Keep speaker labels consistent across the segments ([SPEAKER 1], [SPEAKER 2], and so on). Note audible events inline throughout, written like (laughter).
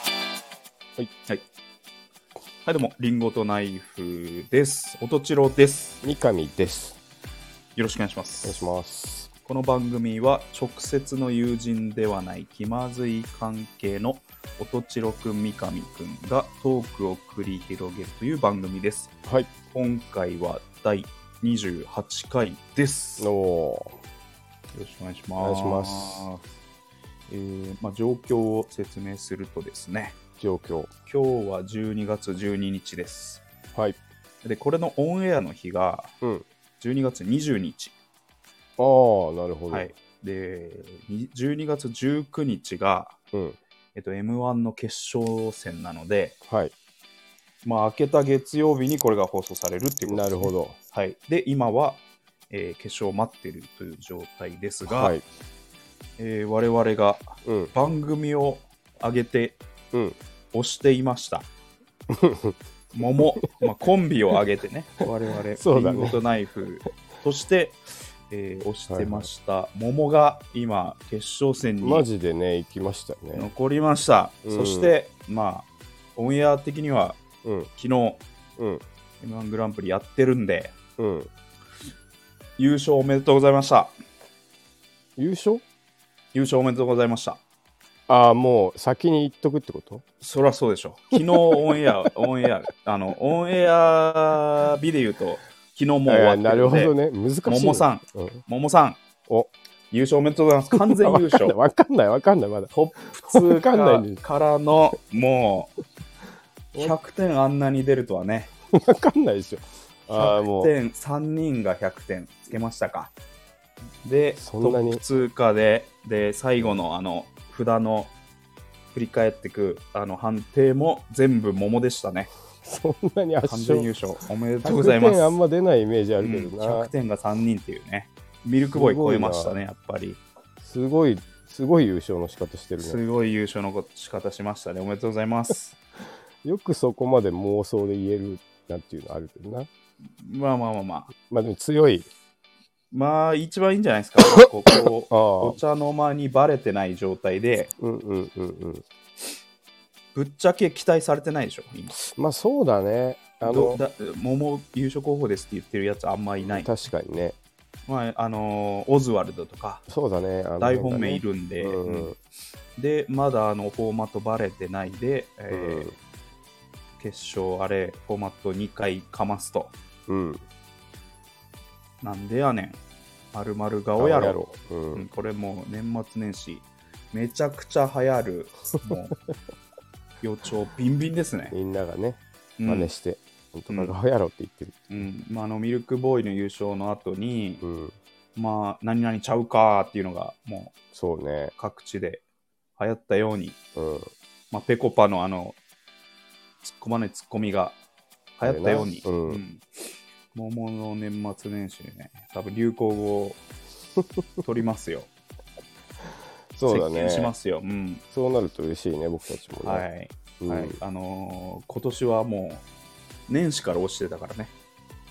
[SPEAKER 1] はい。はい。はい、どうも、リンゴとナイフです。おとちろです。
[SPEAKER 2] 三上です。
[SPEAKER 1] よろしくお願いしま
[SPEAKER 2] お願いし
[SPEAKER 1] す。
[SPEAKER 2] ます。
[SPEAKER 1] この番組は、直接の友人ではない気まずい関係のおとちろくん、三上くんがトークを繰り広げるという番組です。
[SPEAKER 2] はい。
[SPEAKER 1] 今回は第28回です。よ
[SPEAKER 2] おー
[SPEAKER 1] ろしくお願いします。
[SPEAKER 2] お願いします
[SPEAKER 1] えーまあ、状況を説明するとですね、
[SPEAKER 2] 状況。
[SPEAKER 1] 今日は12月12日です。
[SPEAKER 2] はい。
[SPEAKER 1] で、これのオンエアの日が
[SPEAKER 2] うん。
[SPEAKER 1] 12月20日。
[SPEAKER 2] ああ、なるほど。
[SPEAKER 1] はい。で、に12月19日が、
[SPEAKER 2] うん。
[SPEAKER 1] えっと、M1 の決勝戦なので、
[SPEAKER 2] はい。
[SPEAKER 1] まあ、明けた月曜日にこれが放送されるっていうことです、
[SPEAKER 2] なるほ。ど。
[SPEAKER 1] はい。で、今は、えー決勝を待ってるという状態ですが、
[SPEAKER 2] はい。
[SPEAKER 1] えー我々が
[SPEAKER 2] うん。
[SPEAKER 1] 番組を上げて
[SPEAKER 2] うん。
[SPEAKER 1] 押していま
[SPEAKER 2] (laughs)
[SPEAKER 1] した。桃、まあ、コンビを挙げて
[SPEAKER 2] (laughs)
[SPEAKER 1] ね、我々、
[SPEAKER 2] そうだ
[SPEAKER 1] リ
[SPEAKER 2] ね
[SPEAKER 1] ンゴとナイフとして、えー推してました、桃が今、決勝戦
[SPEAKER 2] マ
[SPEAKER 1] に
[SPEAKER 2] ジでね、行きましたね。
[SPEAKER 1] 残りました。
[SPEAKER 2] うん
[SPEAKER 1] そして、まあ、オンエア的には、
[SPEAKER 2] うん。
[SPEAKER 1] 昨日、
[SPEAKER 2] うん。
[SPEAKER 1] M1 グランプリやってるんで、
[SPEAKER 2] うん。
[SPEAKER 1] 優勝おめでとうございました。
[SPEAKER 2] 優勝
[SPEAKER 1] 優勝おめでとうございました。
[SPEAKER 2] ああ、もう先に言っとくってこと
[SPEAKER 1] そりゃそうでしょ。昨日オンエア、 (laughs) オンエア、あの、オンエア日で言うと、昨日もう終わ
[SPEAKER 2] えー
[SPEAKER 1] って
[SPEAKER 2] なる
[SPEAKER 1] るん
[SPEAKER 2] ほ
[SPEAKER 1] で、
[SPEAKER 2] どね。難しいね。
[SPEAKER 1] 桃さん、
[SPEAKER 2] うん。
[SPEAKER 1] 桃さん、
[SPEAKER 2] お
[SPEAKER 1] 優勝おめでとうございます。完全優
[SPEAKER 2] (laughs)
[SPEAKER 1] 勝。
[SPEAKER 2] わかんない、わかんない、わかんない、まだ。
[SPEAKER 1] トップ
[SPEAKER 2] わかんないね
[SPEAKER 1] 通過からの、もう、100点あんなに出るとはね、
[SPEAKER 2] わかんない
[SPEAKER 1] (laughs)
[SPEAKER 2] でしょ。ああ、もう。
[SPEAKER 1] 100点、3人が100点つけましたか。で、
[SPEAKER 2] そ
[SPEAKER 1] ト
[SPEAKER 2] んなに
[SPEAKER 1] ップ通過で、で、最後のあの、札の、振り返ってく、あの、判定も全部桃でしたね。
[SPEAKER 2] そんなに圧
[SPEAKER 1] 完全優
[SPEAKER 2] 勝。
[SPEAKER 1] 勝。おめでとうございま
[SPEAKER 2] 100
[SPEAKER 1] す。
[SPEAKER 2] 点あんま出ないイメージあ
[SPEAKER 1] う
[SPEAKER 2] るけ
[SPEAKER 1] ん
[SPEAKER 2] どな
[SPEAKER 1] 100。点が3人っていうね。ミルクボーイ超えましたね、やっぱり。
[SPEAKER 2] すごい、すごい優勝の仕方してるね。
[SPEAKER 1] すごい優勝の仕方しましたね。おめでとうございます。
[SPEAKER 2] よくそこまで妄想で言えるなんていうのあるけどな。
[SPEAKER 1] まあまあまあまあ。
[SPEAKER 2] (laughs) まあでも強い。
[SPEAKER 1] まあ、一番いいんじゃないですか。ここ
[SPEAKER 2] ああ
[SPEAKER 1] お。茶の間にバレてない状態で、
[SPEAKER 2] うんうんうんうん。
[SPEAKER 1] ぶっちゃけ期待されてないでしょ、今。
[SPEAKER 2] まあそうだね。あ
[SPEAKER 1] ど
[SPEAKER 2] の、
[SPEAKER 1] だ桃優勝候補ですって言ってるやつあんまいない。
[SPEAKER 2] 確かにね。
[SPEAKER 1] まあ、あのーオズワルドとか、
[SPEAKER 2] そうだね。あの
[SPEAKER 1] 大本命いるんで、
[SPEAKER 2] うんうん
[SPEAKER 1] うんで、まだあのフォーマットバレてないで、えー
[SPEAKER 2] うん
[SPEAKER 1] 決勝あれ、フォーマット2回かますと。
[SPEAKER 2] うん。
[SPEAKER 1] なんでやねん。まるまる顔やろ。
[SPEAKER 2] う
[SPEAKER 1] うんん。これもう年末年始、めちゃくちゃ流行る、もう、予兆ビンビンですね。
[SPEAKER 2] みんながね、
[SPEAKER 1] うん
[SPEAKER 2] 真似して、本当
[SPEAKER 1] うん
[SPEAKER 2] か顔やろって言ってる。
[SPEAKER 1] うんまあ、あのミルクボーイの優勝の後に、
[SPEAKER 2] うん。
[SPEAKER 1] まあ、何々ちゃうかーっていうのが、もう
[SPEAKER 2] そうね。
[SPEAKER 1] 各地で流行ったように、
[SPEAKER 2] うん。
[SPEAKER 1] まあ、ペコパのあの、突っ込まないツッコミが流行ったように、
[SPEAKER 2] あれなうん
[SPEAKER 1] 桃の年末年始にね、多分流行語を取りますよ。
[SPEAKER 2] (laughs) そうだ
[SPEAKER 1] 席巻しま
[SPEAKER 2] ね。
[SPEAKER 1] すよ。うん。
[SPEAKER 2] そうなると嬉しいね、僕たちも
[SPEAKER 1] は
[SPEAKER 2] ね。
[SPEAKER 1] い。
[SPEAKER 2] うん
[SPEAKER 1] はい。あのー今年はもう、年始から押してたからね。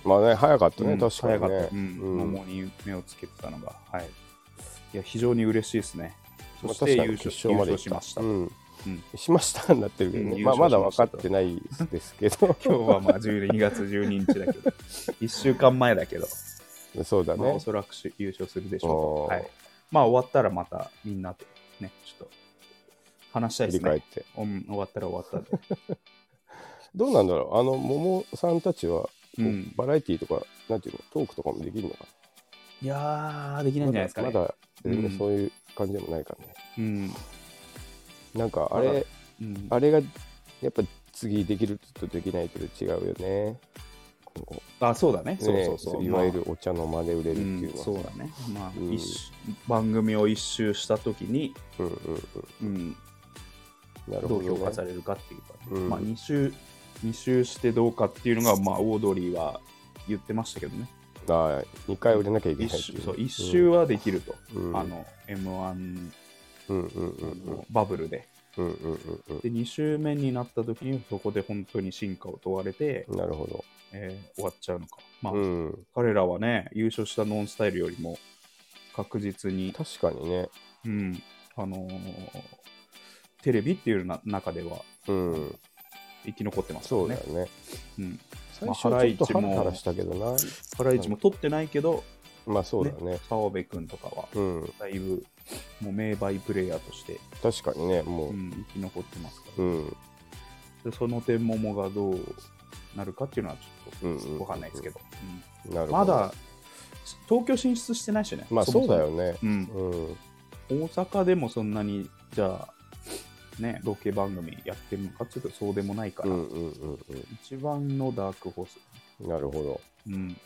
[SPEAKER 2] まあね、早かった
[SPEAKER 1] う
[SPEAKER 2] ね、
[SPEAKER 1] ん
[SPEAKER 2] 確かに
[SPEAKER 1] 早か
[SPEAKER 2] ね
[SPEAKER 1] った、う。ん
[SPEAKER 2] うん
[SPEAKER 1] 桃に目をつけてたのが、はい、いや非常に嬉しいですね。そ
[SPEAKER 2] まあ
[SPEAKER 1] し
[SPEAKER 2] 確
[SPEAKER 1] て
[SPEAKER 2] かに
[SPEAKER 1] 優
[SPEAKER 2] 決
[SPEAKER 1] 勝
[SPEAKER 2] 勝まで
[SPEAKER 1] 優勝
[SPEAKER 2] 行っ
[SPEAKER 1] しました。
[SPEAKER 2] うん
[SPEAKER 1] うん
[SPEAKER 2] しましたになってるけどね、
[SPEAKER 1] うん
[SPEAKER 2] まあ、
[SPEAKER 1] 優勝
[SPEAKER 2] ま
[SPEAKER 1] しま
[SPEAKER 2] だ
[SPEAKER 1] した
[SPEAKER 2] 分かってないですけど
[SPEAKER 1] 今日はまあ12月12日だけ
[SPEAKER 2] (laughs)
[SPEAKER 1] ど、1週間前だけど、
[SPEAKER 2] そうだ
[SPEAKER 1] まあ、
[SPEAKER 2] ね
[SPEAKER 1] お、そらくし優勝するでしょうと
[SPEAKER 2] おー
[SPEAKER 1] はい。まあ終わったらまたみんなでね、ちょっと話したい
[SPEAKER 2] 振り
[SPEAKER 1] です
[SPEAKER 2] 返っ
[SPEAKER 1] ね。
[SPEAKER 2] て
[SPEAKER 1] うん、終わったら終わ
[SPEAKER 2] (laughs)
[SPEAKER 1] ったで。
[SPEAKER 2] どうなんだろうあの桃さんたちは、
[SPEAKER 1] うん、
[SPEAKER 2] バラエティーとかなんていうのトークとかもできるのか
[SPEAKER 1] いやー、でき
[SPEAKER 2] な
[SPEAKER 1] ないんじゃないですかね。
[SPEAKER 2] まだまだ全
[SPEAKER 1] うん
[SPEAKER 2] 然そういう感じでもないからね、
[SPEAKER 1] うん
[SPEAKER 2] なんかあれ、
[SPEAKER 1] まだうん、
[SPEAKER 2] あれがやっぱ次できるとできないと違うよね今後
[SPEAKER 1] あ、そうだね。そう
[SPEAKER 2] ね
[SPEAKER 1] そうそう。
[SPEAKER 2] いわゆるお茶の間で売れるっていうのは、
[SPEAKER 1] うん、そうだね、まあ
[SPEAKER 2] うん
[SPEAKER 1] 一周番組を一周した時に、
[SPEAKER 2] うんうん
[SPEAKER 1] うん、
[SPEAKER 2] うんなる
[SPEAKER 1] ど
[SPEAKER 2] ほ
[SPEAKER 1] う
[SPEAKER 2] ど、
[SPEAKER 1] 評
[SPEAKER 2] ね
[SPEAKER 1] 価されるかっていうか、
[SPEAKER 2] うん
[SPEAKER 1] まあ、2周二周してどうかっていうのが、まあ、オードリーは言ってましたけどね
[SPEAKER 2] はい、2回売れなきゃいけ
[SPEAKER 1] 一
[SPEAKER 2] ないってい
[SPEAKER 1] 周そう一周はできると、
[SPEAKER 2] うん
[SPEAKER 1] あの m 1
[SPEAKER 2] うんうんうんうん
[SPEAKER 1] のバブルで
[SPEAKER 2] うんうんうんうん
[SPEAKER 1] で2周目になった時にそこで本当に進化を問われて、
[SPEAKER 2] なるほど。
[SPEAKER 1] えー終わっちゃうのか、まあ
[SPEAKER 2] うん、
[SPEAKER 1] 彼らはね優勝したノンスタイルよりも確実に
[SPEAKER 2] 確かにね。
[SPEAKER 1] うん、あのーテレビっていうな中では
[SPEAKER 2] うん、
[SPEAKER 1] 生き残ってますか
[SPEAKER 2] そ
[SPEAKER 1] ら
[SPEAKER 2] うだ
[SPEAKER 1] ね
[SPEAKER 2] よ。ね。
[SPEAKER 1] うん
[SPEAKER 2] 最初はちょっとハラハラしたけどな。
[SPEAKER 1] ハライチも取ってないけど、
[SPEAKER 2] まあそうだね。
[SPEAKER 1] 澤部君とかは、
[SPEAKER 2] うん。
[SPEAKER 1] だいぶもう名バイプレイヤーとして、
[SPEAKER 2] 確かにね、も
[SPEAKER 1] うん生き残ってますから
[SPEAKER 2] う。うん。
[SPEAKER 1] でその点、桃がどうなるかっていうのはちょっ
[SPEAKER 2] うんうんうんうん
[SPEAKER 1] とわかんないですけど、うん
[SPEAKER 2] なるほど。
[SPEAKER 1] まだ東京進出してないしね、
[SPEAKER 2] まあ
[SPEAKER 1] も
[SPEAKER 2] そ
[SPEAKER 1] も
[SPEAKER 2] うだよね。
[SPEAKER 1] うん
[SPEAKER 2] うん。
[SPEAKER 1] 大阪でもそんなに、じゃあ、ね、ロケ番組やってるのかっていうと、そうでもないか
[SPEAKER 2] う
[SPEAKER 1] ら、
[SPEAKER 2] んうんうん
[SPEAKER 1] 一番のダークホース、
[SPEAKER 2] うん。なるほど。
[SPEAKER 1] うん、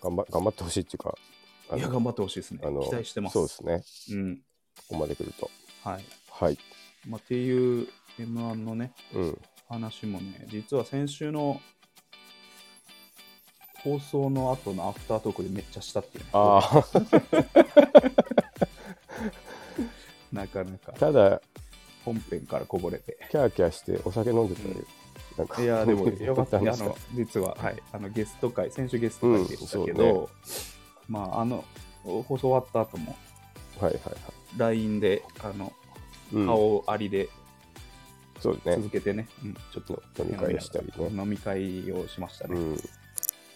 [SPEAKER 2] 頑張頑張ってほしいっていうか。あの
[SPEAKER 1] いや、頑張ってほしいですね、
[SPEAKER 2] あの
[SPEAKER 1] 期待してます。
[SPEAKER 2] そうですね。
[SPEAKER 1] うん
[SPEAKER 2] ここまで来ると。
[SPEAKER 1] はい
[SPEAKER 2] はい。
[SPEAKER 1] まあ、っていう m 1のね
[SPEAKER 2] うん。
[SPEAKER 1] 話もね実は先週の放送の後のアフタートークでめっちゃしたっていうね
[SPEAKER 2] ああ。
[SPEAKER 1] なかなか
[SPEAKER 2] ただ、
[SPEAKER 1] 本編からこぼれて
[SPEAKER 2] キャーキャーしてお酒飲んでたよ。なんか
[SPEAKER 1] いやで
[SPEAKER 2] (laughs)
[SPEAKER 1] もよかったねあ
[SPEAKER 2] 楽し
[SPEAKER 1] の実は、はい、あのゲスト会先週ゲスト会でしたけど、
[SPEAKER 2] うんそ
[SPEAKER 1] まああの放送終わった後も
[SPEAKER 2] はいはいはい。
[SPEAKER 1] LINE であの
[SPEAKER 2] うん
[SPEAKER 1] 顔ありで
[SPEAKER 2] そうですね。
[SPEAKER 1] 続けてね、うんちょっと
[SPEAKER 2] 飲み会したりね。
[SPEAKER 1] 飲み会をしました
[SPEAKER 2] う
[SPEAKER 1] ね、
[SPEAKER 2] ん。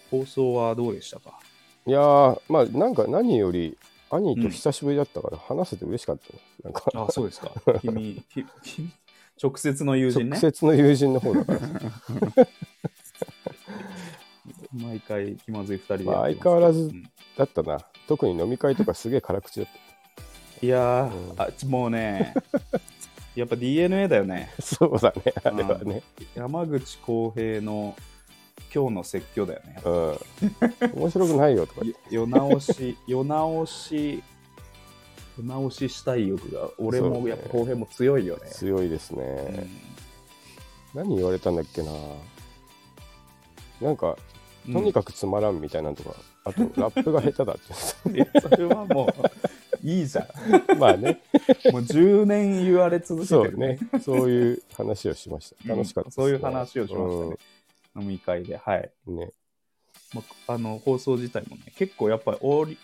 [SPEAKER 1] 放送はどうでした
[SPEAKER 2] (laughs)
[SPEAKER 1] か
[SPEAKER 2] いやー、まあ、なんか何より、兄と久しぶりだったから話せて嬉しかったね。なんか、
[SPEAKER 1] あ、そうですか。君、き君直接の友人ね
[SPEAKER 2] 直。接の友人の方だから、
[SPEAKER 1] 毎回気まずい二人でやってますけど、
[SPEAKER 2] まあ相変わらず
[SPEAKER 1] うん
[SPEAKER 2] だった
[SPEAKER 1] (laughs)
[SPEAKER 2] な。特に飲み会とかすげえ辛口だっ
[SPEAKER 1] いやー、
[SPEAKER 2] うん
[SPEAKER 1] あちもうね、やっぱ DNA だよね。
[SPEAKER 2] た。 (laughs) そうだね、あれはね。
[SPEAKER 1] 山口浩平の今日の説教だよね。
[SPEAKER 2] うん。面白くないよとか言っ
[SPEAKER 1] よ世
[SPEAKER 2] (laughs)
[SPEAKER 1] 直し、世直し、世直ししたい欲が、俺
[SPEAKER 2] そう
[SPEAKER 1] も
[SPEAKER 2] ね
[SPEAKER 1] やっぱ浩平も強いよね
[SPEAKER 2] て。強いです
[SPEAKER 1] うん
[SPEAKER 2] ね。何言われたんだっけな。なんか、とにかくつまらんみたいなのとか、あ
[SPEAKER 1] (laughs)
[SPEAKER 2] と、ラップが下手だって。
[SPEAKER 1] うんいやそれはもう、いいじゃ
[SPEAKER 2] (laughs)
[SPEAKER 1] ん。
[SPEAKER 2] まあ
[SPEAKER 1] (laughs)
[SPEAKER 2] ね、
[SPEAKER 1] もう10年言われ続けて
[SPEAKER 2] そ
[SPEAKER 1] る
[SPEAKER 2] うね、そういう話をしました。楽しかったですね、
[SPEAKER 1] そういう話をしましたね、飲み会ではい、
[SPEAKER 2] うん。ね、
[SPEAKER 1] まあ、あの放送自体もね結構やっぱり大り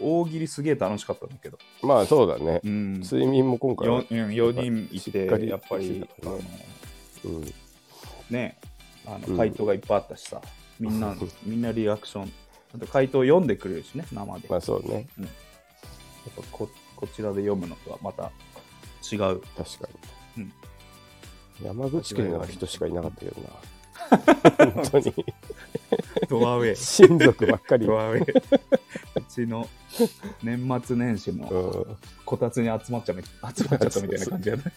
[SPEAKER 1] 大喜利すげえ楽しかったんだけど、
[SPEAKER 2] まあそうだね
[SPEAKER 1] う。ん、
[SPEAKER 2] 睡眠も今回は
[SPEAKER 1] 4, 人い
[SPEAKER 2] しっか
[SPEAKER 1] て
[SPEAKER 2] り
[SPEAKER 1] やっぱり
[SPEAKER 2] して
[SPEAKER 1] あ
[SPEAKER 2] た
[SPEAKER 1] の
[SPEAKER 2] ねうん、
[SPEAKER 1] ねあ
[SPEAKER 2] う
[SPEAKER 1] の
[SPEAKER 2] ん
[SPEAKER 1] 回答がいっぱいあったしさ、みんなみんなリアクションあと回答読んでくれるしね生で、
[SPEAKER 2] まあそうね、
[SPEAKER 1] やっぱここちらで読むのとはまた違う
[SPEAKER 2] 確かに。
[SPEAKER 1] うん
[SPEAKER 2] 山口県の人しかいなかったけどな。本当に、
[SPEAKER 1] ドアウェイ
[SPEAKER 2] 親族ばっかり。う
[SPEAKER 1] (laughs) ド
[SPEAKER 2] ん
[SPEAKER 1] アウェイうちの年末年始のこたつに集まっちゃめ集まっちゃったみたいな感じじ
[SPEAKER 2] (laughs)
[SPEAKER 1] ゃない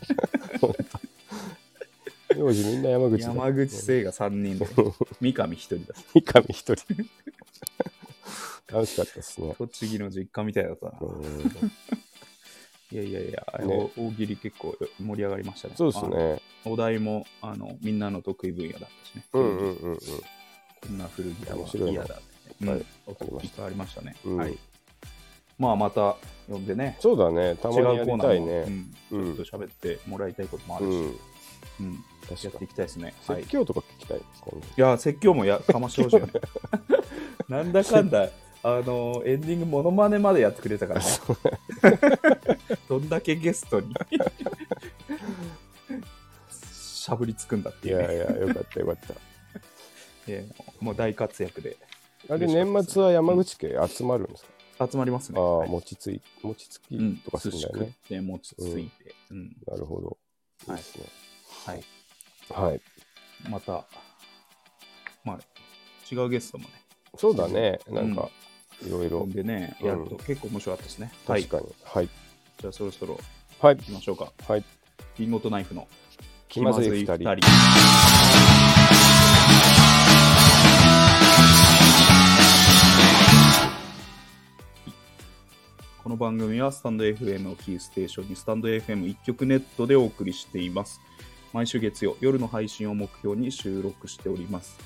[SPEAKER 2] 幼児みんな山口だ
[SPEAKER 1] 山口
[SPEAKER 2] うん
[SPEAKER 1] 聖が3人で三上1人だし
[SPEAKER 2] 三上一人。楽しかったですね。
[SPEAKER 1] 栃木の実家みたいだったな
[SPEAKER 2] うん
[SPEAKER 1] いやいやいや、
[SPEAKER 2] ね
[SPEAKER 1] お大喜利結構盛り上がりましたね
[SPEAKER 2] そうですね。
[SPEAKER 1] あのお題もあのみんなの得意分野だったしね、
[SPEAKER 2] うんうんうんうん。
[SPEAKER 1] こんな古着屋は
[SPEAKER 2] 面白い
[SPEAKER 1] 嫌
[SPEAKER 2] な
[SPEAKER 1] だ
[SPEAKER 2] いっぱい
[SPEAKER 1] うん
[SPEAKER 2] ありました
[SPEAKER 1] いっぱいありましたね、
[SPEAKER 2] うん
[SPEAKER 1] はいまあまた呼んでね
[SPEAKER 2] そうだね。たま
[SPEAKER 1] 違
[SPEAKER 2] にや
[SPEAKER 1] うコー
[SPEAKER 2] り
[SPEAKER 1] ナ
[SPEAKER 2] たい
[SPEAKER 1] ーも、
[SPEAKER 2] ね。
[SPEAKER 1] う、
[SPEAKER 2] うんん
[SPEAKER 1] ちょっと喋ってもらいたいこともあるし、
[SPEAKER 2] うん。
[SPEAKER 1] うんや
[SPEAKER 2] 確
[SPEAKER 1] っ
[SPEAKER 2] か
[SPEAKER 1] てい
[SPEAKER 2] に。
[SPEAKER 1] きたいですね、はい、
[SPEAKER 2] 説教とか聞きたい。今度
[SPEAKER 1] いや、説教もやかましてほしい
[SPEAKER 2] (laughs)
[SPEAKER 1] よね。なんだかんだ、あのエンディング、モノマネまでやってくれたから
[SPEAKER 2] (laughs)
[SPEAKER 1] (laughs) ね。どんだけゲストにしゃぶりつくんだって
[SPEAKER 2] い
[SPEAKER 1] いう
[SPEAKER 2] や
[SPEAKER 1] ね。
[SPEAKER 2] いや、よかったよかった。
[SPEAKER 1] いやもう大活躍で
[SPEAKER 2] あれ、年末は山口家集まるんですか、
[SPEAKER 1] 集まりますね。
[SPEAKER 2] ああ、
[SPEAKER 1] はい
[SPEAKER 2] 餅つい、餅つ
[SPEAKER 1] う
[SPEAKER 2] き
[SPEAKER 1] ん
[SPEAKER 2] とかする
[SPEAKER 1] 寿
[SPEAKER 2] ん
[SPEAKER 1] 司
[SPEAKER 2] だよ
[SPEAKER 1] 食っ
[SPEAKER 2] ね。
[SPEAKER 1] て、餅ついて、うん
[SPEAKER 2] なるほど。
[SPEAKER 1] はい
[SPEAKER 2] いですね。
[SPEAKER 1] はい。
[SPEAKER 2] はい。
[SPEAKER 1] また、まあ、違うゲストもね、
[SPEAKER 2] そうだね。なんか、いろい
[SPEAKER 1] 呼
[SPEAKER 2] ろ
[SPEAKER 1] ん。でね、
[SPEAKER 2] うん
[SPEAKER 1] やっと結構面白かったですね。はい。
[SPEAKER 2] 確
[SPEAKER 1] じ
[SPEAKER 2] かに。はい。
[SPEAKER 1] ゃあ、そろそろ
[SPEAKER 2] はい
[SPEAKER 1] 行。きましょうか。
[SPEAKER 2] はい。
[SPEAKER 1] リンゴとナイフの
[SPEAKER 2] 気まずい二
[SPEAKER 1] 気
[SPEAKER 2] 人。
[SPEAKER 1] ま人この番組はスタンド FM をキーステーションにスタンド FM 一曲ネットでお送りしています。毎週月曜夜の配信を目標に収録しております。
[SPEAKER 2] はい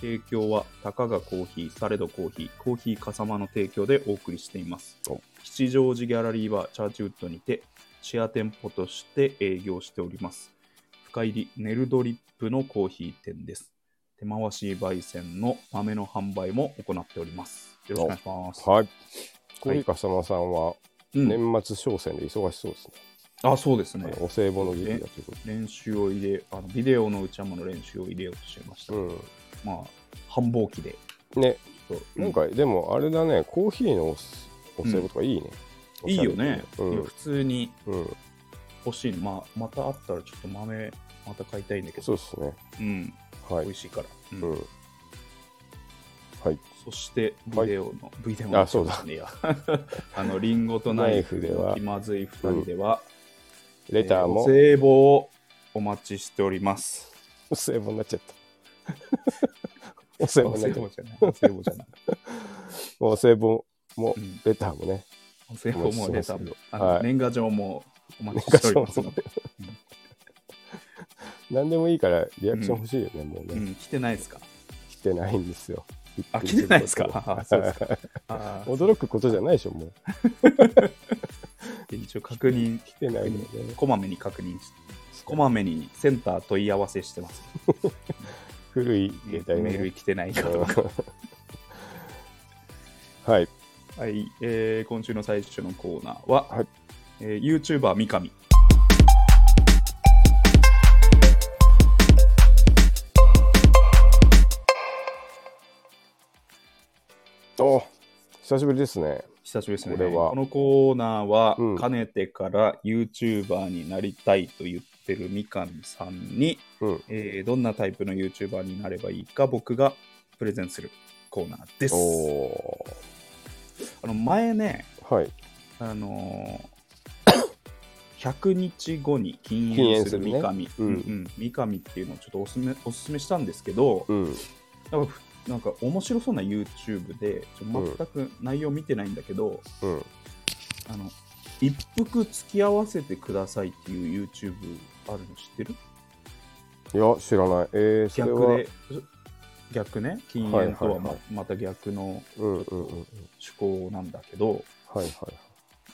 [SPEAKER 1] 提供はたかがコーヒー、されどコーヒー、コーヒーかさまの提供でお送りしています
[SPEAKER 2] お。
[SPEAKER 1] 吉祥寺ギャラリーはチャーチウッドにてシェア店舗として営業しております。深入りネルドリップのコーヒー店です。手回し焙煎の豆の販売も行っております。よろしくお願いします。
[SPEAKER 2] はい。コリカ様さんは、
[SPEAKER 1] うん
[SPEAKER 2] 年末商戦で忙しそうですね。
[SPEAKER 1] あ、そうですね。
[SPEAKER 2] お歳暮の時期だというこ
[SPEAKER 1] 練習を入れ、あのビデオの内山の練習を入れようとしてました。
[SPEAKER 2] と。
[SPEAKER 1] まあ、繁忙期で。
[SPEAKER 2] うん。ね、
[SPEAKER 1] ちょっと
[SPEAKER 2] なんかでもあれだね、コーヒーのおすお歳暮とかいいね。
[SPEAKER 1] いいよね。
[SPEAKER 2] う
[SPEAKER 1] いや
[SPEAKER 2] ん
[SPEAKER 1] 普。通に
[SPEAKER 2] うん。
[SPEAKER 1] 欲しいの。まあ、またあったらちょっと豆、また買いたいんだけ
[SPEAKER 2] そ
[SPEAKER 1] ど、
[SPEAKER 2] うですね。
[SPEAKER 1] うん、
[SPEAKER 2] は
[SPEAKER 1] 美
[SPEAKER 2] い。
[SPEAKER 1] 味しいから。うん
[SPEAKER 2] うん。はい。
[SPEAKER 1] そして、ビデオの、ビデオ
[SPEAKER 2] あそうだ
[SPEAKER 1] いや (laughs) あの、リンゴとナイフで
[SPEAKER 2] ナイフで
[SPEAKER 1] は
[SPEAKER 2] は
[SPEAKER 1] 気まずい2人では、
[SPEAKER 2] レター
[SPEAKER 1] えーお
[SPEAKER 2] も
[SPEAKER 1] 歳暮をお待ちしております。
[SPEAKER 2] お歳暮になっちゃった。 (laughs) お歳暮
[SPEAKER 1] お
[SPEAKER 2] になっ
[SPEAKER 1] 歳
[SPEAKER 2] ちゃっ
[SPEAKER 1] 暮じゃない。お歳暮じゃない。
[SPEAKER 2] た。お歳暮も
[SPEAKER 1] うん、
[SPEAKER 2] レターもね。
[SPEAKER 1] お歳暮もレターも、あの
[SPEAKER 2] はい
[SPEAKER 1] 年賀状もお待ちしておりますので、
[SPEAKER 2] 何でもいいからリアクション欲しいよね、もう
[SPEAKER 1] う
[SPEAKER 2] ね。
[SPEAKER 1] ん、来てないですか
[SPEAKER 2] 来てないんですよ。びっ
[SPEAKER 1] あ、
[SPEAKER 2] くり
[SPEAKER 1] 来てないです
[SPEAKER 2] るこ
[SPEAKER 1] かあそうですか。あ
[SPEAKER 2] と驚くことじゃないでしょ、もう。
[SPEAKER 1] ー一応確認、
[SPEAKER 2] 来てないのね。
[SPEAKER 1] こまめに確認して、こまめにセンター問い合わせしてます。
[SPEAKER 2] 古い
[SPEAKER 1] メ
[SPEAKER 2] 携帯の
[SPEAKER 1] ール
[SPEAKER 2] ね。
[SPEAKER 1] 来てないかとか。
[SPEAKER 2] (laughs) はい。
[SPEAKER 1] はい、えー今週の最初のコーナーは、
[SPEAKER 2] はい
[SPEAKER 1] えー、YouTuber 三上。
[SPEAKER 2] お久しぶりですね。
[SPEAKER 1] 久しぶりですね。
[SPEAKER 2] これは
[SPEAKER 1] このコーナーは、
[SPEAKER 2] うん
[SPEAKER 1] かねてから YouTuber になりたいと言ってる三上さんに、
[SPEAKER 2] うん
[SPEAKER 1] えーどんなタイプの YouTuber になればいいか僕がプレゼンするコーナーです。
[SPEAKER 2] お
[SPEAKER 1] あの前ね、
[SPEAKER 2] ーはい。
[SPEAKER 1] あの (coughs) ー100日後に禁
[SPEAKER 2] 禁
[SPEAKER 1] 煙
[SPEAKER 2] 煙
[SPEAKER 1] す
[SPEAKER 2] す
[SPEAKER 1] る
[SPEAKER 2] る
[SPEAKER 1] 三
[SPEAKER 2] ね
[SPEAKER 1] 上、
[SPEAKER 2] うん
[SPEAKER 1] うん三上っていうのをちょっとおすすめおすすめしたんですけど、
[SPEAKER 2] うん。
[SPEAKER 1] なんかふなんか面白そうな YouTube でちょ全く内容見てないんだけど、
[SPEAKER 2] うん。
[SPEAKER 1] あの一服付き合わせてくださいっていう YouTube あるの知ってる
[SPEAKER 2] いや、知らない。えー、それ
[SPEAKER 1] 逆
[SPEAKER 2] は
[SPEAKER 1] で。逆ね禁煙とは
[SPEAKER 2] はい
[SPEAKER 1] ま,、
[SPEAKER 2] はいはい
[SPEAKER 1] また逆の
[SPEAKER 2] うんうんうん。
[SPEAKER 1] 趣向なんだけど
[SPEAKER 2] はいはい。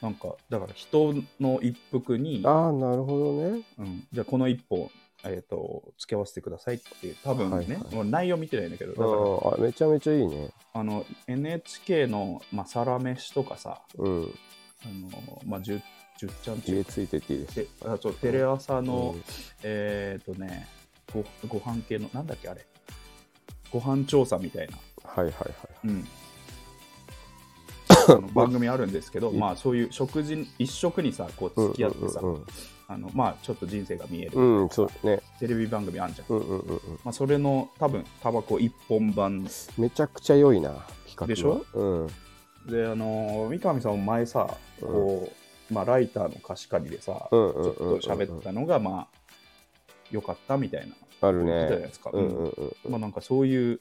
[SPEAKER 1] なんかだから人の一服に、
[SPEAKER 2] ああ、なるほどね。
[SPEAKER 1] うん、じゃあこの一本、えー、と付き合わせてくださいって多分ね、
[SPEAKER 2] はいはい
[SPEAKER 1] もう内容見てないんだけどだ
[SPEAKER 2] あ
[SPEAKER 1] から
[SPEAKER 2] ーあ、めちゃめちゃいいね。
[SPEAKER 1] あの NHK の、まあ、サラメシとかさ
[SPEAKER 2] うん。
[SPEAKER 1] あの、まあ、10, 10ちゃんっていう
[SPEAKER 2] 家ついてっていいです。
[SPEAKER 1] であそうテレ朝
[SPEAKER 2] あ
[SPEAKER 1] の、えっ、とねご、ご飯系の、なんだっけ、あれ、ご飯調査みたいな、
[SPEAKER 2] はいはいはい。 (laughs)
[SPEAKER 1] うん、あの番組あるんですけど、まあ、そういう食事、一食にさ、こう付き合ってさ、
[SPEAKER 2] うんうん
[SPEAKER 1] あのまあ、ちょっと人生が見える、
[SPEAKER 2] うん、うん、そうね。
[SPEAKER 1] テレビ番組あんじゃん。
[SPEAKER 2] うんうんうんうん。
[SPEAKER 1] まあ、それの多分タバコ一本版で
[SPEAKER 2] めちゃくちゃ良いな、企画は
[SPEAKER 1] でしょ
[SPEAKER 2] うん。
[SPEAKER 1] あのー三上さんも前さこう、まあ、ライターの貸し借りでさ、
[SPEAKER 2] うんうん
[SPEAKER 1] ち
[SPEAKER 2] うんうん
[SPEAKER 1] ょっ
[SPEAKER 2] うん
[SPEAKER 1] と喋ったのがまあ良かったみたいな
[SPEAKER 2] ある
[SPEAKER 1] 言ってたじゃない
[SPEAKER 2] ね
[SPEAKER 1] で。すか、
[SPEAKER 2] うんうんうん。
[SPEAKER 1] まあなんかそういう、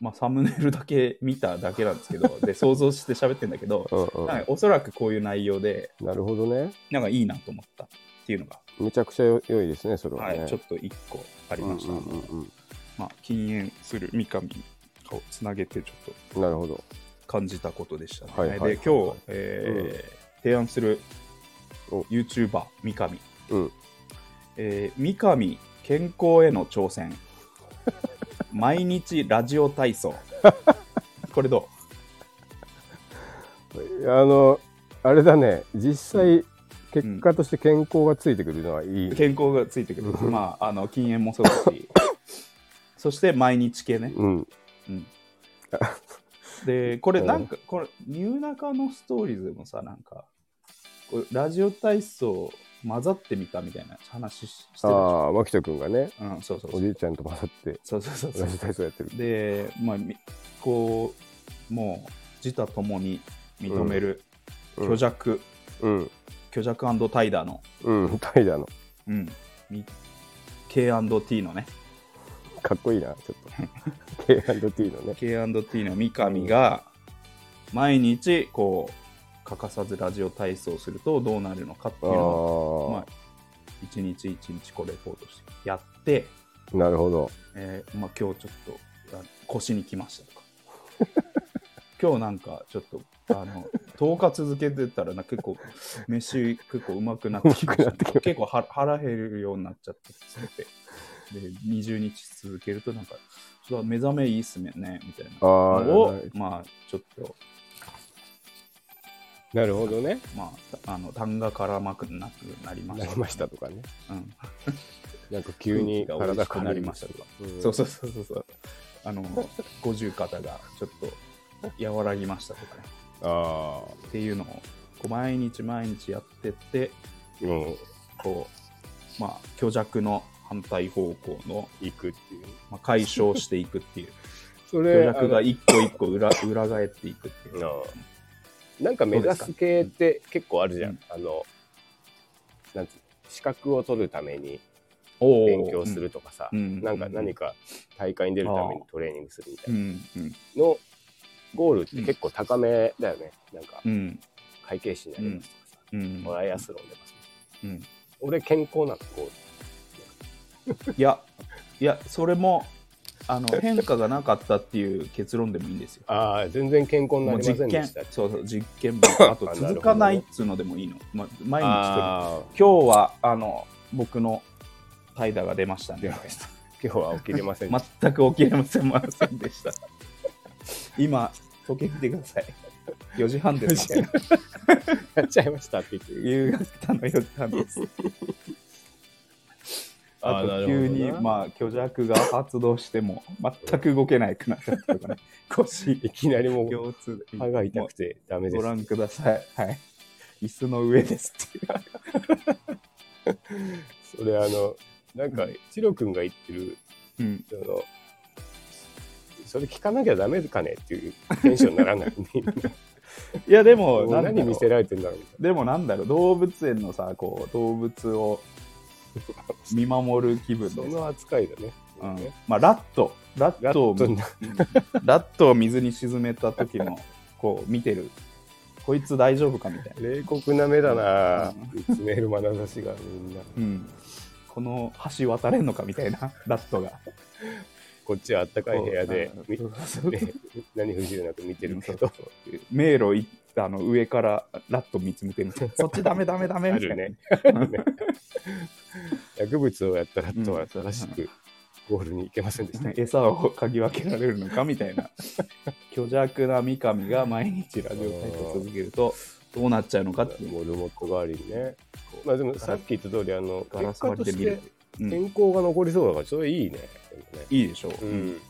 [SPEAKER 1] まあ、サムネイルだけ見ただけなんです
[SPEAKER 2] (laughs)
[SPEAKER 1] けど、で想像して喋ってんだけど、
[SPEAKER 2] うんう
[SPEAKER 1] なん
[SPEAKER 2] ん
[SPEAKER 1] かおそらくこういう内容で、
[SPEAKER 2] なるほどね。
[SPEAKER 1] なんかいいなと思ったっていうのが、
[SPEAKER 2] めちゃくちゃ良いですね、それは
[SPEAKER 1] は
[SPEAKER 2] ね。
[SPEAKER 1] い、ちょっと一個ありました。
[SPEAKER 2] うんうんうん
[SPEAKER 1] まあ、禁煙する三上をつなげてちょっと
[SPEAKER 2] うんなるほど。
[SPEAKER 1] 感じたことでしたね。
[SPEAKER 2] はいはいはい
[SPEAKER 1] で、今日、えー提案する
[SPEAKER 2] お
[SPEAKER 1] YouTuber 三上、
[SPEAKER 2] うん。
[SPEAKER 1] えー三上健康への
[SPEAKER 2] (laughs)
[SPEAKER 1] 挑戦、毎日ラジオ体操。これどう
[SPEAKER 2] あの、あれだね、実際、結果として健康がついてくるのはいい。
[SPEAKER 1] 健康がつい
[SPEAKER 2] (laughs)
[SPEAKER 1] てくる、
[SPEAKER 2] うん
[SPEAKER 1] まああの禁煙もそうだしそして毎日系ね、
[SPEAKER 2] うん。
[SPEAKER 1] うん、でこれ
[SPEAKER 2] うん
[SPEAKER 1] なんかこれニューナカのストーリーズもさなんかこれラジオ体操混ざってみたみたいな話ししてるでし
[SPEAKER 2] あ
[SPEAKER 1] ょ
[SPEAKER 2] あ、牧人君がね、
[SPEAKER 1] うん、そうそうそ
[SPEAKER 2] お
[SPEAKER 1] う
[SPEAKER 2] じいちゃんと混ざって、
[SPEAKER 1] そうそうそうそ
[SPEAKER 2] ラ
[SPEAKER 1] う
[SPEAKER 2] ジオ体操やってる。
[SPEAKER 1] でまあみこうもう自他ともに認める
[SPEAKER 2] うん
[SPEAKER 1] 虚弱、
[SPEAKER 2] うん。
[SPEAKER 1] 虚弱怠惰の、
[SPEAKER 2] うん、タイだの。
[SPEAKER 1] うん、み K&T のね
[SPEAKER 2] かっこいいな、ちょっと。
[SPEAKER 1] (laughs)
[SPEAKER 2] K&T のね。
[SPEAKER 1] K&T の三上が毎日こう欠かさずラジオ体操をするとどうなるのかっていうのをまあ
[SPEAKER 2] あ、
[SPEAKER 1] 一日一日こうレポートしてやって、
[SPEAKER 2] あ、なるほど。
[SPEAKER 1] えーまあ、今日ちょっとあ腰にきましたと
[SPEAKER 2] (laughs)
[SPEAKER 1] か今日なんかちょっとあの10日続けてたらな結構飯結構うまくなってきま
[SPEAKER 2] うまくなってき
[SPEAKER 1] した
[SPEAKER 2] ま
[SPEAKER 1] 結構は腹減るようになっちゃってってで20日続けるとなんかちょっと目覚めいいっすねみたい
[SPEAKER 2] あ
[SPEAKER 1] な
[SPEAKER 2] あ、
[SPEAKER 1] を、まあ、ちょっと、
[SPEAKER 2] なるほどね。
[SPEAKER 1] まあ、あの痰が絡まくなくなりま
[SPEAKER 2] な
[SPEAKER 1] し
[SPEAKER 2] り
[SPEAKER 1] た。
[SPEAKER 2] ましたとかね。
[SPEAKER 1] うん、
[SPEAKER 2] なんか急に
[SPEAKER 1] 空気が美味
[SPEAKER 2] 体
[SPEAKER 1] しくなりましたとか。
[SPEAKER 2] うん
[SPEAKER 1] そうそうそうそうそう。あの、五十肩がちょっと和らぎましたとか、ね、
[SPEAKER 2] あ
[SPEAKER 1] っていうのをこう毎日毎日やってって、
[SPEAKER 2] あ、うん、
[SPEAKER 1] こう、まあ、虚弱の反対方向の、
[SPEAKER 2] 行くっていう。
[SPEAKER 1] まあ、解消していくって
[SPEAKER 2] (laughs)
[SPEAKER 1] いう、
[SPEAKER 2] そ
[SPEAKER 1] 虚
[SPEAKER 2] れ、
[SPEAKER 1] 弱が
[SPEAKER 2] あ
[SPEAKER 1] 一個一個裏裏返っていくっていう。
[SPEAKER 2] のなんか目指す系って結構あるじゃん。
[SPEAKER 1] うん
[SPEAKER 2] あの、なんつうの資格を取るために
[SPEAKER 1] おー
[SPEAKER 2] 勉強する。とかさ、
[SPEAKER 1] うん
[SPEAKER 2] なんか何か大会に出るためにトレーニングするみた
[SPEAKER 1] う、
[SPEAKER 2] いなん
[SPEAKER 1] うん、
[SPEAKER 2] のゴールって結構高めだよね。なんか
[SPEAKER 1] うん、
[SPEAKER 2] 会計士になりますとかさ、
[SPEAKER 1] うん。
[SPEAKER 2] トライアスロン出ます。
[SPEAKER 1] うん
[SPEAKER 2] 俺健康なのゴール。
[SPEAKER 1] いや、いや、それも、あ
[SPEAKER 2] (laughs)
[SPEAKER 1] の、変化がなかったっていう結論でもいいんですよ。
[SPEAKER 2] ああ、全然健康にな
[SPEAKER 1] もう
[SPEAKER 2] りま
[SPEAKER 1] 実
[SPEAKER 2] せんで
[SPEAKER 1] 験
[SPEAKER 2] した。、
[SPEAKER 1] そうそう、実験
[SPEAKER 2] (laughs)
[SPEAKER 1] も、あと
[SPEAKER 2] あ
[SPEAKER 1] 続かないっつうのでもいいの。ま、毎日
[SPEAKER 2] ああ、
[SPEAKER 1] 一人。今日は、あの、僕の怠惰が出ましたね。
[SPEAKER 2] 今日は起きれませんでした。
[SPEAKER 1] 全く起きれませんません
[SPEAKER 2] (laughs)
[SPEAKER 1] でした。今、時計見てください。4時
[SPEAKER 2] (laughs)
[SPEAKER 1] 半です、ね。
[SPEAKER 2] やっちゃいましたって言って。
[SPEAKER 1] 夕方の4時半です。あと急に、まあ、虚弱が発動しても、全く動けないくなっちゃったとかね。腰
[SPEAKER 2] (laughs) いきなりもう
[SPEAKER 1] 腰痛
[SPEAKER 2] 歯が痛くてダメで
[SPEAKER 1] ご
[SPEAKER 2] す。
[SPEAKER 1] 覧ください。はい。椅子の上ですっていう。
[SPEAKER 2] それあの、なんか、チロ君が言ってる、
[SPEAKER 1] うん。
[SPEAKER 2] その、それ聞かなきゃダメかねっていうテンションにならない。
[SPEAKER 1] いや、でも、なんだろう
[SPEAKER 2] 何見せられてんだろうみたい
[SPEAKER 1] でもなんだろう、動物園のさ、こう、動物を
[SPEAKER 2] (laughs)
[SPEAKER 1] 見守る気分
[SPEAKER 2] な。そ
[SPEAKER 1] でさ
[SPEAKER 2] の扱いだね。
[SPEAKER 1] うん、まあ、ラット、ラ
[SPEAKER 2] ラ
[SPEAKER 1] ッ
[SPEAKER 2] ッ
[SPEAKER 1] トを、
[SPEAKER 2] トにな
[SPEAKER 1] ラットを水に沈めた時の、こう、見てる。こいつ大丈夫かみたいな。
[SPEAKER 2] 冷酷な目だな見つめる眼差しがみんな。
[SPEAKER 1] うん。この橋渡れんのかみたいな、 (laughs) ラットが。
[SPEAKER 2] こっちはあったかい部屋で
[SPEAKER 1] こう、
[SPEAKER 2] み
[SPEAKER 1] そうそう
[SPEAKER 2] ね何不自由なく見てるけど、
[SPEAKER 1] 迷路いあの上からラット見つめてるみた
[SPEAKER 2] (laughs)
[SPEAKER 1] いな。そっちダメダメダ
[SPEAKER 2] あ
[SPEAKER 1] メみたいな
[SPEAKER 2] る。ね。薬物をやったらとは正しくゴールに行けませんでした。
[SPEAKER 1] 餌を嗅ぎ分けられるのかみ
[SPEAKER 2] (laughs)
[SPEAKER 1] たいな虚弱な三上が毎日ラジオ体操続けるとどうなっちゃうのかっていう
[SPEAKER 2] モルモット代わりにね。まあでもさっき言った通り、あの、
[SPEAKER 1] ガラ
[SPEAKER 2] 結
[SPEAKER 1] ス張
[SPEAKER 2] 果
[SPEAKER 1] り
[SPEAKER 2] と
[SPEAKER 1] で
[SPEAKER 2] し
[SPEAKER 1] 見る
[SPEAKER 2] て、
[SPEAKER 1] うん、
[SPEAKER 2] 健康が残りそうだから、それいいね。でもね
[SPEAKER 1] いいでしょう、
[SPEAKER 2] うん。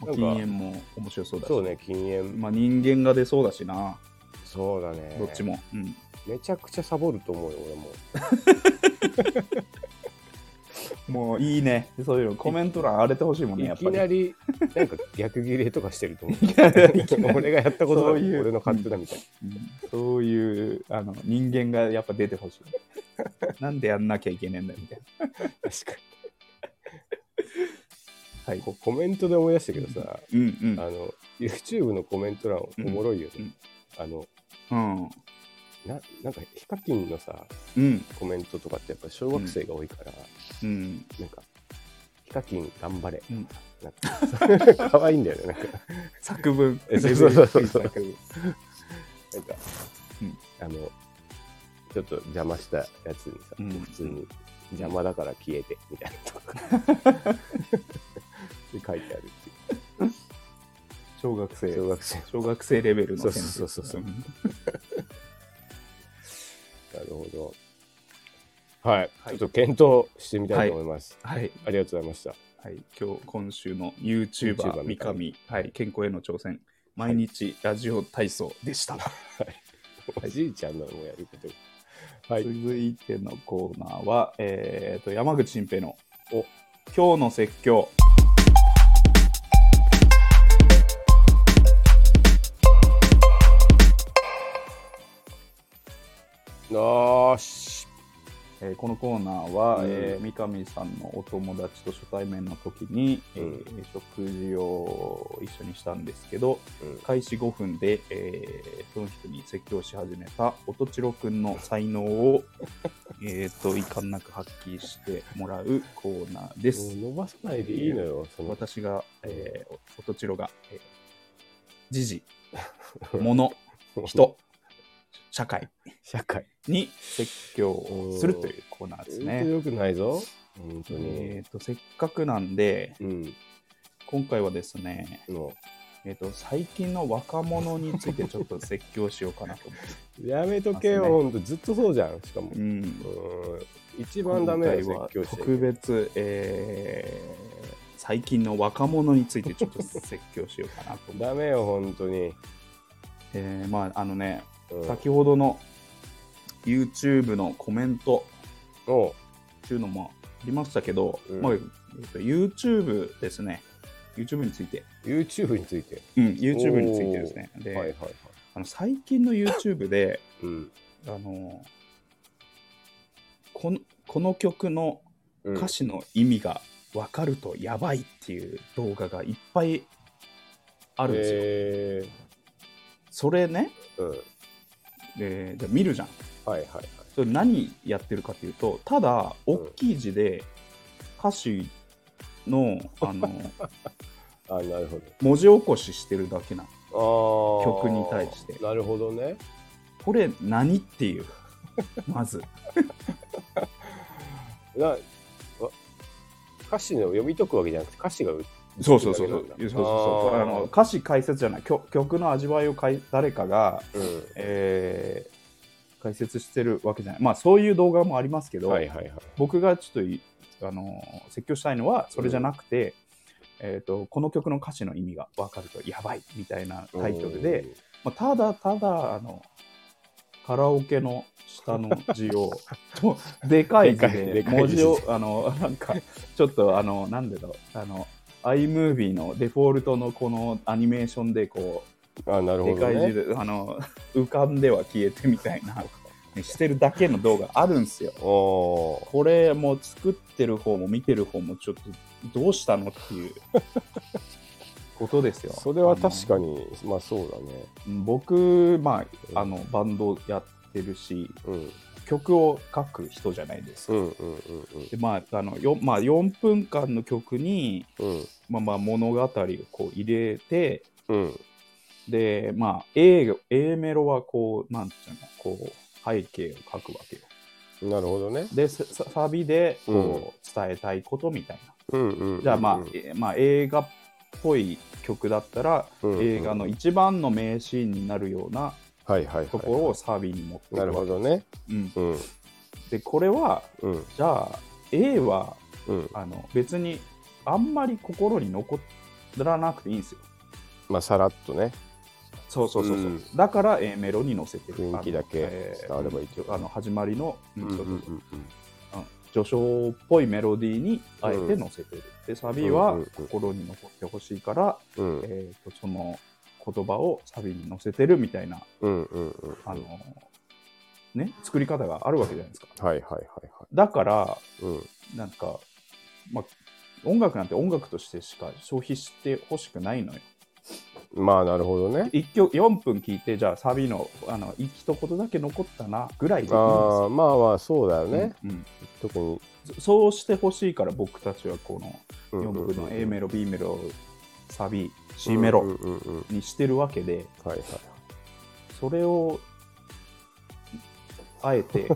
[SPEAKER 1] まあ禁煙も面白そうだし
[SPEAKER 2] そうね、禁煙。
[SPEAKER 1] まあ、人間が出そうだしな
[SPEAKER 2] そうだね。
[SPEAKER 1] どっち。も、うん、
[SPEAKER 2] めちゃくちゃサボると思うよ、俺も。
[SPEAKER 1] もういいねそういうのコメント欄荒れてほしいもんねや
[SPEAKER 2] い
[SPEAKER 1] っぱ
[SPEAKER 2] き
[SPEAKER 1] り
[SPEAKER 2] なり、なんか逆ギレとかしてると思う。
[SPEAKER 1] (laughs) いきなり
[SPEAKER 2] 俺がやったことだ、
[SPEAKER 1] そういう
[SPEAKER 2] 俺の勝手だみたいな。
[SPEAKER 1] うんそういうあの人間がやっぱ出てほしい (laughs) なんでやんなきゃいけねえんだよみたいな
[SPEAKER 2] 確かに。
[SPEAKER 1] はい
[SPEAKER 2] こコメントで思い出したけどさ、
[SPEAKER 1] うんう
[SPEAKER 2] あの YouTube のコメント欄おもろいよね、
[SPEAKER 1] うん
[SPEAKER 2] あの
[SPEAKER 1] んうん
[SPEAKER 2] ななんかヒカキンのさ
[SPEAKER 1] うん
[SPEAKER 2] コメントとかってやっぱ小学生が多いから、
[SPEAKER 1] うん
[SPEAKER 2] なんか「ヒカキン頑張れ
[SPEAKER 1] うん」
[SPEAKER 2] なんか (laughs) 可愛いんだよねなんか
[SPEAKER 1] 作文 (laughs)
[SPEAKER 2] えそうそうそうそう
[SPEAKER 1] 作文
[SPEAKER 2] なんか、
[SPEAKER 1] うん
[SPEAKER 2] あのちょっと邪魔したやつにさ、
[SPEAKER 1] うん
[SPEAKER 2] 普通に「邪魔だから消えて」みたいなとか
[SPEAKER 1] (laughs)
[SPEAKER 2] で書いてあるっていう
[SPEAKER 1] 小学生
[SPEAKER 2] 小学生
[SPEAKER 1] 小学生レベルの先生
[SPEAKER 2] そうそうそうそうんなるほどはい、
[SPEAKER 1] はい
[SPEAKER 2] ちょっと検討してみたいと思います、
[SPEAKER 1] はい、
[SPEAKER 2] ありがとうございました
[SPEAKER 1] はい、今日今週の YouTuber
[SPEAKER 2] YouTuber
[SPEAKER 1] 三
[SPEAKER 2] 三
[SPEAKER 1] 上
[SPEAKER 2] 上、
[SPEAKER 1] はい、健康への挑戦毎日ラジオ体操でした、
[SPEAKER 2] おじいちゃんのもやることがはい
[SPEAKER 1] 続いてのコーナーは、えー、と山口新平の
[SPEAKER 2] お
[SPEAKER 1] 「今日の説教」
[SPEAKER 2] よーし
[SPEAKER 1] えーこのコーナーは、
[SPEAKER 2] うん
[SPEAKER 1] えー三上さんのお友達と初対面の時に、えー
[SPEAKER 2] うん
[SPEAKER 1] 食事を一緒にしたんですけど、
[SPEAKER 2] うん
[SPEAKER 1] 開始5分で、えーその人に説教し始めた音千代くんの才能
[SPEAKER 2] (laughs)
[SPEAKER 1] をえーと遺憾なく発揮してもらうコーナーです。
[SPEAKER 2] もう伸ばさないでいいのよその
[SPEAKER 1] 私が、えー、音千代が、えー時
[SPEAKER 2] (laughs)
[SPEAKER 1] 事、物、人、社会
[SPEAKER 2] 社会
[SPEAKER 1] に説教をするというコーナーです
[SPEAKER 2] 本当
[SPEAKER 1] ね。
[SPEAKER 2] よくないぞ本当に
[SPEAKER 1] えー、とせっかくなんで
[SPEAKER 2] うん
[SPEAKER 1] 今回はですね
[SPEAKER 2] も
[SPEAKER 1] えっと、最近の若者についてちょっと説教しようかなと
[SPEAKER 2] (laughs)
[SPEAKER 1] 思って。
[SPEAKER 2] やめとけよ、
[SPEAKER 1] ますね
[SPEAKER 2] ほんと。ずっとそうじゃん、しかも。う
[SPEAKER 1] う
[SPEAKER 2] んん。一番ダメだ
[SPEAKER 1] 今
[SPEAKER 2] よ、
[SPEAKER 1] 回
[SPEAKER 2] 説教
[SPEAKER 1] は
[SPEAKER 2] して。
[SPEAKER 1] 特別、えー最近の若者についてちょっと説教しようかなと思って。
[SPEAKER 2] ダメよ、ほんとに。
[SPEAKER 1] えーまあ、あのね、
[SPEAKER 2] うん
[SPEAKER 1] 先ほどの YouTube のコメント
[SPEAKER 2] おう
[SPEAKER 1] っていうのもありましたけど、
[SPEAKER 2] うん
[SPEAKER 1] まあえっと YouTube ですね。YouTube について。
[SPEAKER 2] YouTube について。
[SPEAKER 1] うん、YouTube についてですね。で、
[SPEAKER 2] はいはいはい。
[SPEAKER 1] あの最近の YouTube で、
[SPEAKER 2] うん。
[SPEAKER 1] あのこのこの曲の
[SPEAKER 2] うん
[SPEAKER 1] 歌詞の意味が分かるとやばいっていう動画がいっぱいあるんですよ。
[SPEAKER 2] え
[SPEAKER 1] それね、
[SPEAKER 2] ーうん。
[SPEAKER 1] でで見るじゃん。
[SPEAKER 2] はいはいはい。
[SPEAKER 1] それ何やってるかっていうとただ大きい字で歌詞のあの (laughs)
[SPEAKER 2] あなるほ
[SPEAKER 1] 文字起こししてるだけなの
[SPEAKER 2] ど。あー
[SPEAKER 1] 曲に対して
[SPEAKER 2] なるほどね。
[SPEAKER 1] これ何って (laughs) いうまず
[SPEAKER 2] なわ歌詞の読み解くわけじゃなくて歌詞が
[SPEAKER 1] そうそうそうそう
[SPEAKER 2] だ
[SPEAKER 1] そ
[SPEAKER 2] け
[SPEAKER 1] うそう
[SPEAKER 2] なんだ
[SPEAKER 1] そうあの歌詞解説じゃない曲曲の味わいをかい誰かが、
[SPEAKER 2] うん
[SPEAKER 1] えー解説してるわけじゃないまあそういう動画もありますけど、
[SPEAKER 2] はいはいはい。
[SPEAKER 1] 僕がちょっといあの説教したいのはそれじゃなくて、えー、とこの曲の歌詞の意味が分かるとやばいみたいなタイトルで、まあ、ただただあのカラオケの下の字を
[SPEAKER 2] (laughs)
[SPEAKER 1] とでかい字
[SPEAKER 2] で
[SPEAKER 1] で
[SPEAKER 2] かい
[SPEAKER 1] 文字を
[SPEAKER 2] で
[SPEAKER 1] あのなんかちょっとあのなんでだろうあの iMovie のデフォルトのこのアニメーションでこ
[SPEAKER 2] うん。あなる
[SPEAKER 1] う、
[SPEAKER 2] ほ
[SPEAKER 1] で
[SPEAKER 2] ど
[SPEAKER 1] かい字
[SPEAKER 2] ね。
[SPEAKER 1] であの浮かんでは消えてみたいな、ねしてるだけの動画あるんですよ。
[SPEAKER 2] おお
[SPEAKER 1] これもう作ってる方も見てる方もちょっとどうしたのっていうことですよ。
[SPEAKER 2] ー。 (laughs) それは確
[SPEAKER 1] に
[SPEAKER 2] かにまあそうだね。
[SPEAKER 1] 僕、まあ、あのバンドやってるし
[SPEAKER 2] うん
[SPEAKER 1] 曲を書く人じゃないですか。
[SPEAKER 2] うんうんうん
[SPEAKER 1] でまああのよまあ、4分間の曲に、
[SPEAKER 2] うんうん
[SPEAKER 1] まあ、まあ物語をこう入れて
[SPEAKER 2] うん
[SPEAKER 1] で、まあ、A, が A メロはこうなんていうのこう背景を書くわけよ。
[SPEAKER 2] なるほどね。
[SPEAKER 1] でささサビでこう伝えたいことみたいな。
[SPEAKER 2] うんうんうん。
[SPEAKER 1] じゃあ、まあえまあ、映画っぽい曲だったら、
[SPEAKER 2] うんうん
[SPEAKER 1] 映画の一番の名シーンになるような
[SPEAKER 2] あはいはい
[SPEAKER 1] と
[SPEAKER 2] は
[SPEAKER 1] ころをサビに持って
[SPEAKER 2] い。な
[SPEAKER 1] いくわ
[SPEAKER 2] る
[SPEAKER 1] け
[SPEAKER 2] ほどね。
[SPEAKER 1] うん、
[SPEAKER 2] うん
[SPEAKER 1] でこれは
[SPEAKER 2] うん
[SPEAKER 1] じゃあ A は
[SPEAKER 2] うん。
[SPEAKER 1] あの別にあんまり心に残らなくていいんですよ。
[SPEAKER 2] まあさらっとね
[SPEAKER 1] そうそうそうそう、
[SPEAKER 2] うん
[SPEAKER 1] だから A メロに乗せてる
[SPEAKER 2] 雰囲気だけ
[SPEAKER 1] あのえー
[SPEAKER 2] 伝わればいいってこと
[SPEAKER 1] あの始まりの、うんそうそうそう
[SPEAKER 2] うんうん
[SPEAKER 1] うん序章っぽいメロディーにあえて乗せてる、でサビは
[SPEAKER 2] うんうんうん
[SPEAKER 1] 心に残ってほしいから、
[SPEAKER 2] うんうん
[SPEAKER 1] えー、とその言葉をサビに乗せてるみたいな、
[SPEAKER 2] うんうんうん
[SPEAKER 1] あのね、作り方があるわけじゃないですか。
[SPEAKER 2] はいはいはいは
[SPEAKER 1] だから
[SPEAKER 2] いうん
[SPEAKER 1] なんか、まあ、音楽なんて音楽としてしか消費してほしくないのよ。
[SPEAKER 2] まあなるほどね。
[SPEAKER 1] 一曲4分聴いてじゃあサビのあの一言だけ残ったなぐらいでいいん
[SPEAKER 2] ああまあまあそうだよ
[SPEAKER 1] ですよ
[SPEAKER 2] ね。
[SPEAKER 1] うんうん
[SPEAKER 2] 特に。
[SPEAKER 1] そそうしてほしいから僕たちはこの
[SPEAKER 2] うんうんうん
[SPEAKER 1] 4分の A メロ B メロサビ C メ
[SPEAKER 2] うんう
[SPEAKER 1] ロ
[SPEAKER 2] んうんうん
[SPEAKER 1] にしてるわけで
[SPEAKER 2] はいはい。
[SPEAKER 1] それをあ
[SPEAKER 2] (laughs)
[SPEAKER 1] えて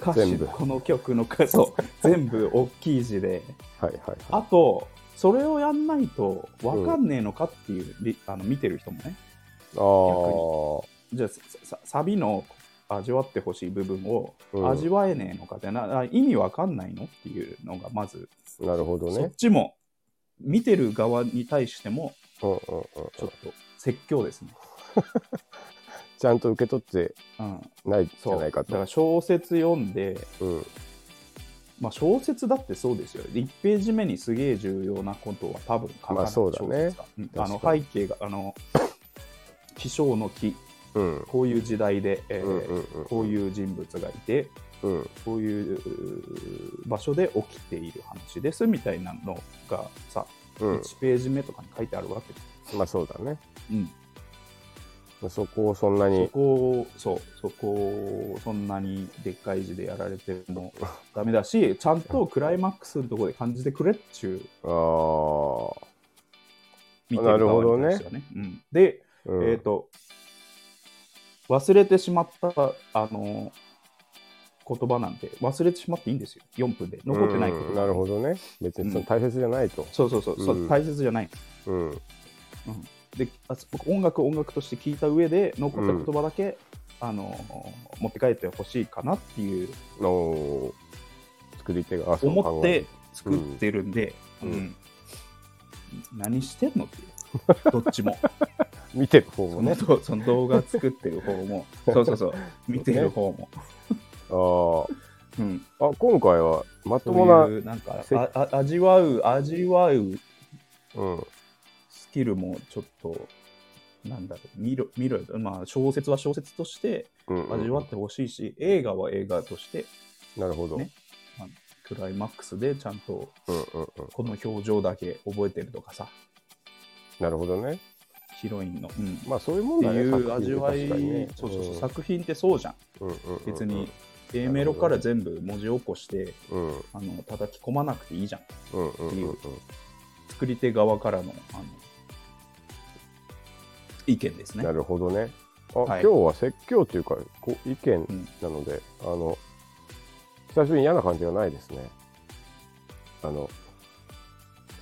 [SPEAKER 1] 歌詞
[SPEAKER 2] 全部
[SPEAKER 1] この曲の歌詞そう全部大きい字で
[SPEAKER 2] はいはいはい。
[SPEAKER 1] あとそれをやんないと分かんねえのかっていう、りあの見てる人もね
[SPEAKER 2] あー
[SPEAKER 1] じゃあささサビの味わってほしい部分を
[SPEAKER 2] うん
[SPEAKER 1] 味わえねえのかってな、あ意味わかんないのっていうのがまず、
[SPEAKER 2] なるほど
[SPEAKER 1] そっ
[SPEAKER 2] ね。
[SPEAKER 1] ちも見てる側に対しても
[SPEAKER 2] うんうんうん
[SPEAKER 1] ちょっと説教ですね、
[SPEAKER 2] ちゃんと受け取って
[SPEAKER 1] うん、
[SPEAKER 2] ないじゃ
[SPEAKER 1] そう
[SPEAKER 2] な
[SPEAKER 1] だ
[SPEAKER 2] いか
[SPEAKER 1] から
[SPEAKER 2] と。
[SPEAKER 1] 小説読んで、
[SPEAKER 2] うん
[SPEAKER 1] まあ、小説だってそうですよ1ページ目にすげえ重要なことは多分書かない
[SPEAKER 2] まあそうだね
[SPEAKER 1] 小説家うんあの
[SPEAKER 2] 確か
[SPEAKER 1] 背景があの (coughs) 気象の木
[SPEAKER 2] うん
[SPEAKER 1] こういう時代で、えー
[SPEAKER 2] うんうんうん
[SPEAKER 1] こういう人物がいて
[SPEAKER 2] うん
[SPEAKER 1] こういうう場所で起きている話ですみたいなのがさ、
[SPEAKER 2] うん。
[SPEAKER 1] 1ページ目とかに書いてあるわけで、
[SPEAKER 2] まあそうだね。
[SPEAKER 1] うん、
[SPEAKER 2] そこをそんな
[SPEAKER 1] そ
[SPEAKER 2] に。
[SPEAKER 1] こをそうそこをそんなにでっかい字でやられて
[SPEAKER 2] (laughs)
[SPEAKER 1] もダメだしちゃんとクライマックスのところで感じてくれっちゅう
[SPEAKER 2] ああ。
[SPEAKER 1] 見てる側に対してはね。うん、で、
[SPEAKER 2] うん
[SPEAKER 1] えっ、と忘れてしまったあの言葉なんて忘れてしまっていいんですよ4分で残ってないこ
[SPEAKER 2] うん
[SPEAKER 1] と
[SPEAKER 2] なるほどね。別にその大切じゃないと。
[SPEAKER 1] そうそうそう、そう
[SPEAKER 2] うん
[SPEAKER 1] 大切じゃない
[SPEAKER 2] うん。
[SPEAKER 1] であ僕音楽音楽として聞いた上で残った言葉だけ、あの持って帰ってほしいかなっていう
[SPEAKER 2] の作り手があそう
[SPEAKER 1] 思っ
[SPEAKER 2] 考え
[SPEAKER 1] て
[SPEAKER 2] る
[SPEAKER 1] 作ってるんで、
[SPEAKER 2] うん
[SPEAKER 1] うん何してんのっていう
[SPEAKER 2] (laughs)
[SPEAKER 1] どっちも
[SPEAKER 2] 見てる方
[SPEAKER 1] そ
[SPEAKER 2] も
[SPEAKER 1] の
[SPEAKER 2] ね
[SPEAKER 1] そうその動画作ってる方
[SPEAKER 2] (laughs)
[SPEAKER 1] もそうそうそう見てる方も、
[SPEAKER 2] あ
[SPEAKER 1] うん、
[SPEAKER 2] ーあ今回はまと
[SPEAKER 1] そ
[SPEAKER 2] もな
[SPEAKER 1] ういうなんか
[SPEAKER 2] せ
[SPEAKER 1] ああ味わう味わう
[SPEAKER 2] うん
[SPEAKER 1] スキルもちょっとなんだろう見ろ見ろよ、まあ、小説は小説として
[SPEAKER 2] うんうん
[SPEAKER 1] 味わってほしいし、映画は映画として
[SPEAKER 2] なるほど、
[SPEAKER 1] ねクライマックスでちゃんと
[SPEAKER 2] うんうんうん
[SPEAKER 1] この表情だけ覚えてるとかさ
[SPEAKER 2] なるほどね
[SPEAKER 1] ヒロインの、うん
[SPEAKER 2] まあそういうも
[SPEAKER 1] っ
[SPEAKER 2] ん
[SPEAKER 1] て
[SPEAKER 2] だね
[SPEAKER 1] いう
[SPEAKER 2] 作品
[SPEAKER 1] 味わ
[SPEAKER 2] 確かに
[SPEAKER 1] い
[SPEAKER 2] ね
[SPEAKER 1] そうそうそう
[SPEAKER 2] うん
[SPEAKER 1] 作品ってそうじゃん
[SPEAKER 2] うんうんうんうん
[SPEAKER 1] 別に A メロから全部文字起こして
[SPEAKER 2] うんうん
[SPEAKER 1] あの叩き込まなくていいじゃん
[SPEAKER 2] うんうん
[SPEAKER 1] っていう
[SPEAKER 2] うん
[SPEAKER 1] 作り手側からのあの意見ですね
[SPEAKER 2] なるほどねあ、
[SPEAKER 1] はい
[SPEAKER 2] 今日は説教というかこう意見
[SPEAKER 1] うん
[SPEAKER 2] なので、あの久しぶりに嫌な感じがないですねあの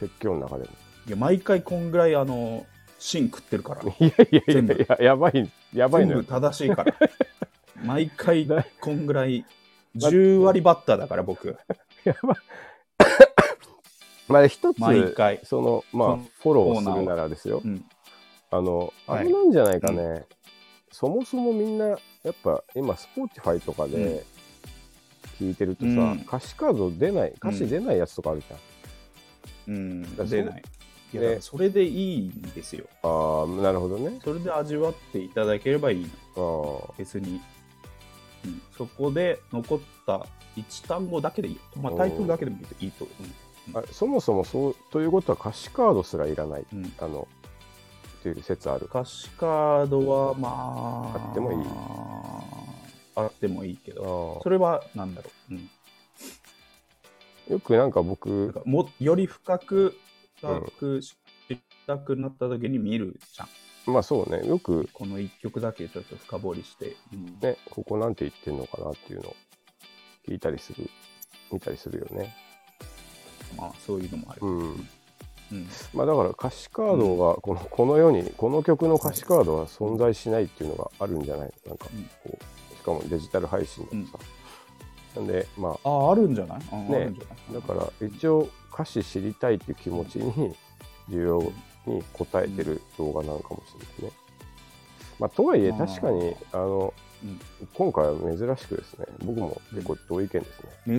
[SPEAKER 2] 説教の中でも (laughs)
[SPEAKER 1] いや毎回こんぐらいあの芯食ってるから
[SPEAKER 2] いやいや
[SPEAKER 1] 全
[SPEAKER 2] い
[SPEAKER 1] 部
[SPEAKER 2] やいややばいやばい
[SPEAKER 1] 全
[SPEAKER 2] のよ
[SPEAKER 1] 部正しいから
[SPEAKER 2] (laughs)
[SPEAKER 1] 毎回こんぐらい
[SPEAKER 2] だ
[SPEAKER 1] 10割バッターだから僕
[SPEAKER 2] やばいまあ一つ
[SPEAKER 1] 毎回
[SPEAKER 2] その
[SPEAKER 1] こ
[SPEAKER 2] まあ
[SPEAKER 1] の
[SPEAKER 2] フォロ
[SPEAKER 1] コーナー
[SPEAKER 2] ー
[SPEAKER 1] は
[SPEAKER 2] するならですよ
[SPEAKER 1] うん
[SPEAKER 2] あのあ
[SPEAKER 1] はい
[SPEAKER 2] れなんじゃないかね、そもそもみんなやっぱ今 Spotify とか
[SPEAKER 1] うん
[SPEAKER 2] で聞いてるとさ、
[SPEAKER 1] うん
[SPEAKER 2] 歌詞カード出ない歌詞出ないやつとかあるじゃん、
[SPEAKER 1] うん
[SPEAKER 2] らそう
[SPEAKER 1] 出ないいや
[SPEAKER 2] ね
[SPEAKER 1] だからそれでいいんですよ
[SPEAKER 2] ああなるほどね
[SPEAKER 1] それで味わっていただければいいの
[SPEAKER 2] あ
[SPEAKER 1] 別に、うん、そこで残った1単語だけでいいと、まあ、
[SPEAKER 2] おー
[SPEAKER 1] タイトルだけでもいいと、
[SPEAKER 2] ああそもそもそうということは歌詞カードすらいらない
[SPEAKER 1] うんうん
[SPEAKER 2] あのという説ある
[SPEAKER 1] 歌詞カードはまあ
[SPEAKER 2] あってもいい
[SPEAKER 1] あってもいいけ
[SPEAKER 2] あ
[SPEAKER 1] ど
[SPEAKER 2] ー
[SPEAKER 1] それはなんだろう、うん、
[SPEAKER 2] よくなんか
[SPEAKER 1] なん
[SPEAKER 2] 僕
[SPEAKER 1] かもより深く深く知りたくなった時に見るじゃん
[SPEAKER 2] まあそうねよく
[SPEAKER 1] この1曲だけちょっと深掘りして、うん
[SPEAKER 2] ねここなんて言ってんのかなっていうのを聞いたりする見たりするよね
[SPEAKER 1] まあ、そういうのもある、
[SPEAKER 2] うん
[SPEAKER 1] うん
[SPEAKER 2] まあ、だから歌詞カードがこのこの世にこの曲の歌詞カードは存在しないっていうのがあるんじゃないなんか
[SPEAKER 1] うん
[SPEAKER 2] こうしかもデジタル配信だとさ、なんでま
[SPEAKER 1] あああるんじゃないあー
[SPEAKER 2] ね
[SPEAKER 1] あるんじゃ
[SPEAKER 2] あ
[SPEAKER 1] ない
[SPEAKER 2] だから一応歌詞知りたいっていう気持ちに需要に応えてる動画なのかもしれないね。まあ、とはいえ
[SPEAKER 1] あー
[SPEAKER 2] 確かにあの、
[SPEAKER 1] うん
[SPEAKER 2] 今回は珍しくですね僕も結構同意見で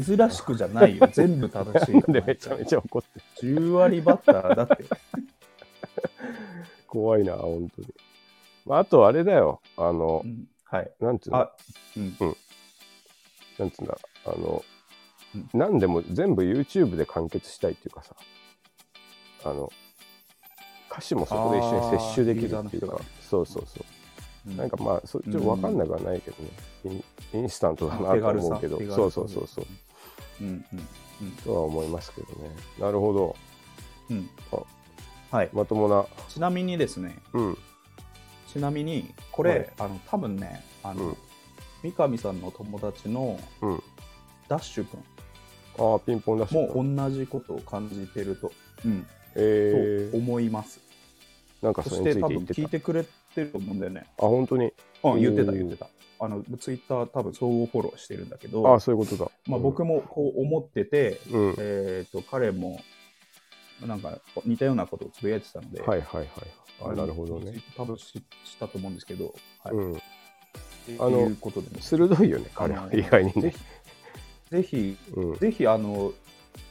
[SPEAKER 2] すね。
[SPEAKER 1] 珍しくじゃないよ全部正しい
[SPEAKER 2] なん (laughs) でめちゃめちゃ怒って
[SPEAKER 1] 10割バッターだって
[SPEAKER 2] 怖いな本当に。まあ、あとあれだよあの
[SPEAKER 1] うんはい
[SPEAKER 2] なんていうの
[SPEAKER 1] あうん
[SPEAKER 2] なんつうんだあの、
[SPEAKER 1] うん
[SPEAKER 2] 何でも全部 YouTube で完結したいっていうかさあの歌詞もそこで一緒に摂取できるっていう
[SPEAKER 1] あーユーザーの人が
[SPEAKER 2] か
[SPEAKER 1] ね
[SPEAKER 2] そうそうそう、
[SPEAKER 1] うん
[SPEAKER 2] なんかまあそちょっと分かんなくはないけどね、インインスタントだな
[SPEAKER 1] 手
[SPEAKER 2] と
[SPEAKER 1] 軽
[SPEAKER 2] 思
[SPEAKER 1] さ
[SPEAKER 2] うけど
[SPEAKER 1] 手軽さ
[SPEAKER 2] そうそうそうそう
[SPEAKER 1] うんうん
[SPEAKER 2] とは思いますけどねなるほど
[SPEAKER 1] うん
[SPEAKER 2] あ
[SPEAKER 1] はい
[SPEAKER 2] まともな
[SPEAKER 1] ちなみにですね
[SPEAKER 2] うん
[SPEAKER 1] ちなみにこれ、
[SPEAKER 2] はい
[SPEAKER 1] あの多分ねあの、
[SPEAKER 2] うん
[SPEAKER 1] 三上さんの友達の
[SPEAKER 2] うん
[SPEAKER 1] ダッシュ君
[SPEAKER 2] ああピンポンだしう
[SPEAKER 1] も同じことを感じてると,、うん
[SPEAKER 2] え
[SPEAKER 1] と
[SPEAKER 2] ー、
[SPEAKER 1] 思います
[SPEAKER 2] なんか
[SPEAKER 1] そ
[SPEAKER 2] そ
[SPEAKER 1] し
[SPEAKER 2] れについ
[SPEAKER 1] て多
[SPEAKER 2] て
[SPEAKER 1] 分
[SPEAKER 2] 言ってた
[SPEAKER 1] 聞いてくれてると思うんだよね、
[SPEAKER 2] あ本当に
[SPEAKER 1] うん、言ってた
[SPEAKER 2] おー
[SPEAKER 1] 言ってたあのツイッター多分総合フォローしてるんだけど
[SPEAKER 2] ああそういうことだ
[SPEAKER 1] まあ、
[SPEAKER 2] うん
[SPEAKER 1] 僕もこう思ってて、
[SPEAKER 2] うん、はい
[SPEAKER 1] えー、と彼もなんか似たようなことをつぶやいてたので、
[SPEAKER 2] はいはいはいあなるほど
[SPEAKER 1] うん
[SPEAKER 2] ね、。
[SPEAKER 1] 多分ししたと思うんですけど、はい
[SPEAKER 2] うん
[SPEAKER 1] あ
[SPEAKER 2] あ
[SPEAKER 1] の
[SPEAKER 2] の
[SPEAKER 1] いうことでも
[SPEAKER 2] 鋭いよね彼は
[SPEAKER 1] あの
[SPEAKER 2] 意外にね
[SPEAKER 1] ぜぜひ、
[SPEAKER 2] うん、
[SPEAKER 1] ぜひあの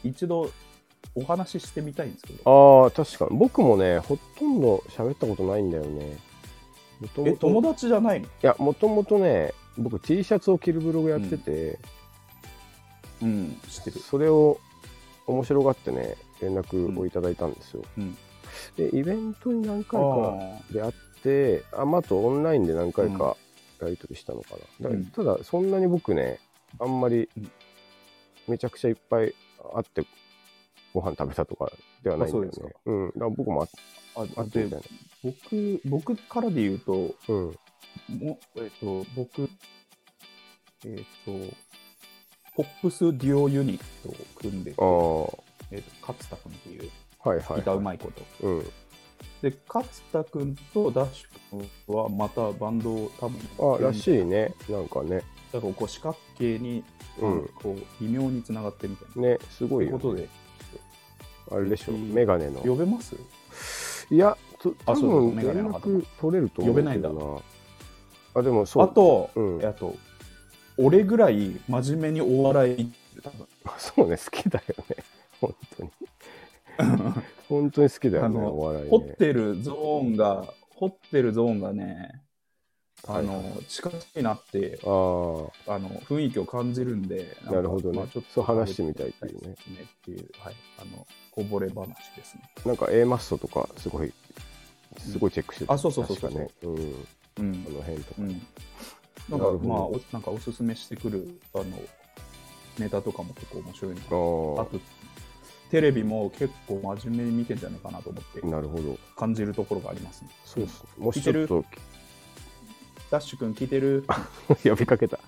[SPEAKER 1] 一度お話ししてみたいんですけど、
[SPEAKER 2] ああ確かに僕もねほとんど喋ったことないんだよねもと
[SPEAKER 1] え
[SPEAKER 2] も
[SPEAKER 1] 友
[SPEAKER 2] と
[SPEAKER 1] 達じゃないの、
[SPEAKER 2] いやもともとね僕 T シャツを着るブログやってて、
[SPEAKER 1] うん、知ってる。
[SPEAKER 2] それを面白がってね連絡をいただいたんですよ、
[SPEAKER 1] うん
[SPEAKER 2] でイベントに何回
[SPEAKER 1] あ
[SPEAKER 2] か出会ってあまああとオンラインで何回かやり取りしたのかな、
[SPEAKER 1] うん
[SPEAKER 2] だただそんなに僕ねあんまり
[SPEAKER 1] うん
[SPEAKER 2] めちゃくちゃいっぱい会ってご飯食べたとかではないんだよね
[SPEAKER 1] あそうです
[SPEAKER 2] うんだから僕もあ
[SPEAKER 1] ー
[SPEAKER 2] あ
[SPEAKER 1] あ
[SPEAKER 2] って
[SPEAKER 1] で
[SPEAKER 2] みたいな
[SPEAKER 1] 僕僕からで言うと、
[SPEAKER 2] うん
[SPEAKER 1] もえっと僕、えっとポップスデュオユニットを組んでて
[SPEAKER 2] ああは
[SPEAKER 1] えっと勝田君っていう
[SPEAKER 2] いはい
[SPEAKER 1] ギターうまいこと
[SPEAKER 2] うん
[SPEAKER 1] で、勝田君とダッシュ君はまたバンドを多分、
[SPEAKER 2] あ、らしいね。なんかね。
[SPEAKER 1] だからこう四角形に、
[SPEAKER 2] うん
[SPEAKER 1] こう微妙につながってみたいな。
[SPEAKER 2] ね、すご
[SPEAKER 1] と
[SPEAKER 2] い
[SPEAKER 1] いう
[SPEAKER 2] よ
[SPEAKER 1] こ。とで、
[SPEAKER 2] あれでしょ。メガネの。
[SPEAKER 1] 呼べます
[SPEAKER 2] いや、と多
[SPEAKER 1] あそう
[SPEAKER 2] 分
[SPEAKER 1] だメガネ
[SPEAKER 2] 連
[SPEAKER 1] の方
[SPEAKER 2] 絡取れると思うけど
[SPEAKER 1] 呼べないんだ
[SPEAKER 2] あ、でもそう。
[SPEAKER 1] あと、
[SPEAKER 2] うん
[SPEAKER 1] あと、俺ぐらい真面目にお笑い、多分
[SPEAKER 2] そうね、好きだよね。 (laughs) 本当
[SPEAKER 1] (laughs)
[SPEAKER 2] に。本当に好きだよね、
[SPEAKER 1] あの
[SPEAKER 2] お笑い、ね。
[SPEAKER 1] 掘ってるゾーンが、掘ってるゾーンがね、あ
[SPEAKER 2] はい
[SPEAKER 1] の、近しいなって、
[SPEAKER 2] あ
[SPEAKER 1] あの、雰囲気を感じるんで、ん
[SPEAKER 2] あ、
[SPEAKER 1] か
[SPEAKER 2] なるほどね、
[SPEAKER 1] まあちょっ
[SPEAKER 2] そ
[SPEAKER 1] と
[SPEAKER 2] う話してみたいっていう
[SPEAKER 1] ね
[SPEAKER 2] ね。。
[SPEAKER 1] っていう、はい、あの、こぼれ話ですね。
[SPEAKER 2] なんか A マッソとか、すごい、すごいチェックしてた。
[SPEAKER 1] あそうそうそうそう
[SPEAKER 2] 確かね。うん。
[SPEAKER 1] うん
[SPEAKER 2] こ。の辺とか。
[SPEAKER 1] うん。なん
[SPEAKER 2] な
[SPEAKER 1] か
[SPEAKER 2] る、ほど
[SPEAKER 1] まあ、おなんかおすすめしてくる、あの、ネタとかも結構面白いな。あ
[SPEAKER 2] あ
[SPEAKER 1] と、テレビも結構真面目に見てんじゃないかなと思って
[SPEAKER 2] あ、なるほど。
[SPEAKER 1] 感じるところがありますね。
[SPEAKER 2] そうっすね。も
[SPEAKER 1] い
[SPEAKER 2] しち
[SPEAKER 1] け
[SPEAKER 2] ょ
[SPEAKER 1] る
[SPEAKER 2] っと
[SPEAKER 1] ダッシュ君聞いてる。
[SPEAKER 2] (laughs) 呼びかけた。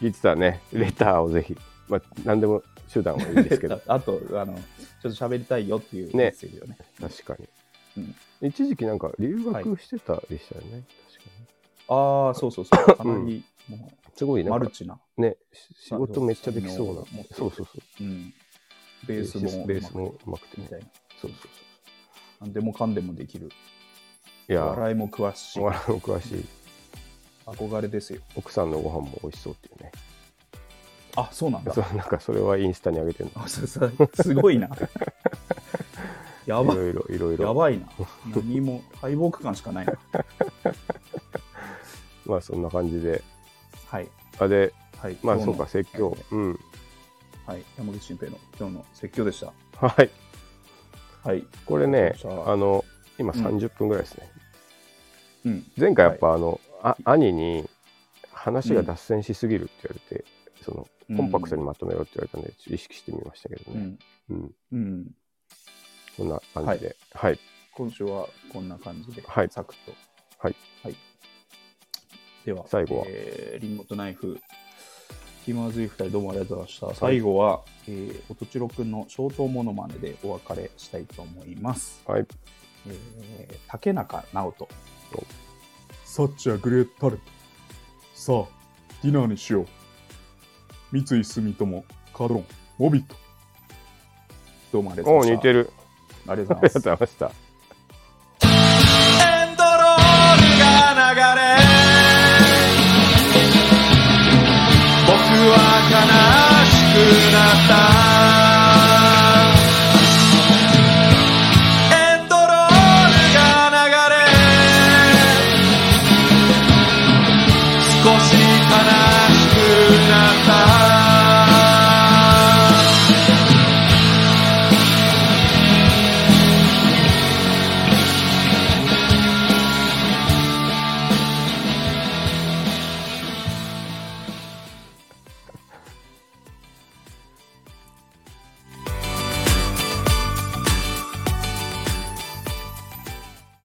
[SPEAKER 2] 聞いてたね。レターをぜひ。まあ、何でも手段はいいですけど
[SPEAKER 1] (laughs) あと、あの、ちょっと喋りたいよってい
[SPEAKER 2] ね
[SPEAKER 1] うメッセージをね。
[SPEAKER 2] 確かに、
[SPEAKER 1] うん
[SPEAKER 2] 一時期なんか留学してたでしたよね、確か
[SPEAKER 1] ああ、そうそうそう。かなり、も
[SPEAKER 2] にすごいうな
[SPEAKER 1] マ
[SPEAKER 2] ん
[SPEAKER 1] ル
[SPEAKER 2] か
[SPEAKER 1] チな。
[SPEAKER 2] ねし仕事めっちゃできそうな
[SPEAKER 1] そうそう
[SPEAKER 2] そうそうそう
[SPEAKER 1] うん。ベースも、
[SPEAKER 2] ベースもうまくて
[SPEAKER 1] み
[SPEAKER 2] ね
[SPEAKER 1] たいな。
[SPEAKER 2] そうそうそ
[SPEAKER 1] なんでもかんでもできる。
[SPEAKER 2] ういやー
[SPEAKER 1] 笑いも詳しい
[SPEAKER 2] お。笑いも詳しい
[SPEAKER 1] 憧れですよ。
[SPEAKER 2] 奥さんのご飯も美味しそうっていうね
[SPEAKER 1] あ、そうなんだ
[SPEAKER 2] そ。うなんかそれはインスタに上げてる
[SPEAKER 1] あ、そうそう。すごい
[SPEAKER 2] (laughs)
[SPEAKER 1] な。や
[SPEAKER 2] の
[SPEAKER 1] ば
[SPEAKER 2] い、ろいろいろい
[SPEAKER 1] や
[SPEAKER 2] ろ
[SPEAKER 1] ばいな。何も、敗北感しかないな。
[SPEAKER 2] まあそんな感じで
[SPEAKER 1] はい。
[SPEAKER 2] あで
[SPEAKER 1] はい。
[SPEAKER 2] まあ
[SPEAKER 1] 今
[SPEAKER 2] そ
[SPEAKER 1] 日の
[SPEAKER 2] うか説教うん
[SPEAKER 1] はい。山口新平の今日の説教でした。
[SPEAKER 2] はい
[SPEAKER 1] はい。
[SPEAKER 2] これね
[SPEAKER 1] じゃあ
[SPEAKER 2] あの今
[SPEAKER 1] うん
[SPEAKER 2] 30分ぐらいですね、
[SPEAKER 1] うん。
[SPEAKER 2] 前回やっぱあの、あ兄に話が脱線しすぎるって言われて、そのコンパクトにまとめろって言われたんで、ちょっと意識してみましたけど
[SPEAKER 1] う
[SPEAKER 2] ね。
[SPEAKER 1] ん。
[SPEAKER 2] うん。
[SPEAKER 1] うん。
[SPEAKER 2] こんな感じで。はい。
[SPEAKER 1] 今週はこんな感じで、
[SPEAKER 2] はい
[SPEAKER 1] サクッと。
[SPEAKER 2] はい。
[SPEAKER 1] はい、では、
[SPEAKER 2] 最後は
[SPEAKER 1] えーリンゴとナイフ、気まずい2人、どうもありがとうございました。最後は、えー、おとちろくんのショートモノマネでお別れしたいと思います。
[SPEAKER 2] はい。
[SPEAKER 1] えー竹中直人。
[SPEAKER 2] お
[SPEAKER 1] サッチャグレータルト。さあ、ディナーにしよう。三井住友、カドロン、モビット。どうもありがとう
[SPEAKER 2] お
[SPEAKER 1] ご
[SPEAKER 2] お、
[SPEAKER 1] ざい
[SPEAKER 2] 似
[SPEAKER 1] ました。
[SPEAKER 2] てる。
[SPEAKER 1] ありがと
[SPEAKER 2] あ
[SPEAKER 1] うご
[SPEAKER 2] り
[SPEAKER 1] ざ
[SPEAKER 2] が
[SPEAKER 1] い
[SPEAKER 2] と
[SPEAKER 1] ま
[SPEAKER 2] う
[SPEAKER 1] す。
[SPEAKER 2] ございました。
[SPEAKER 3] エンドロールが流れ僕は悲しくなった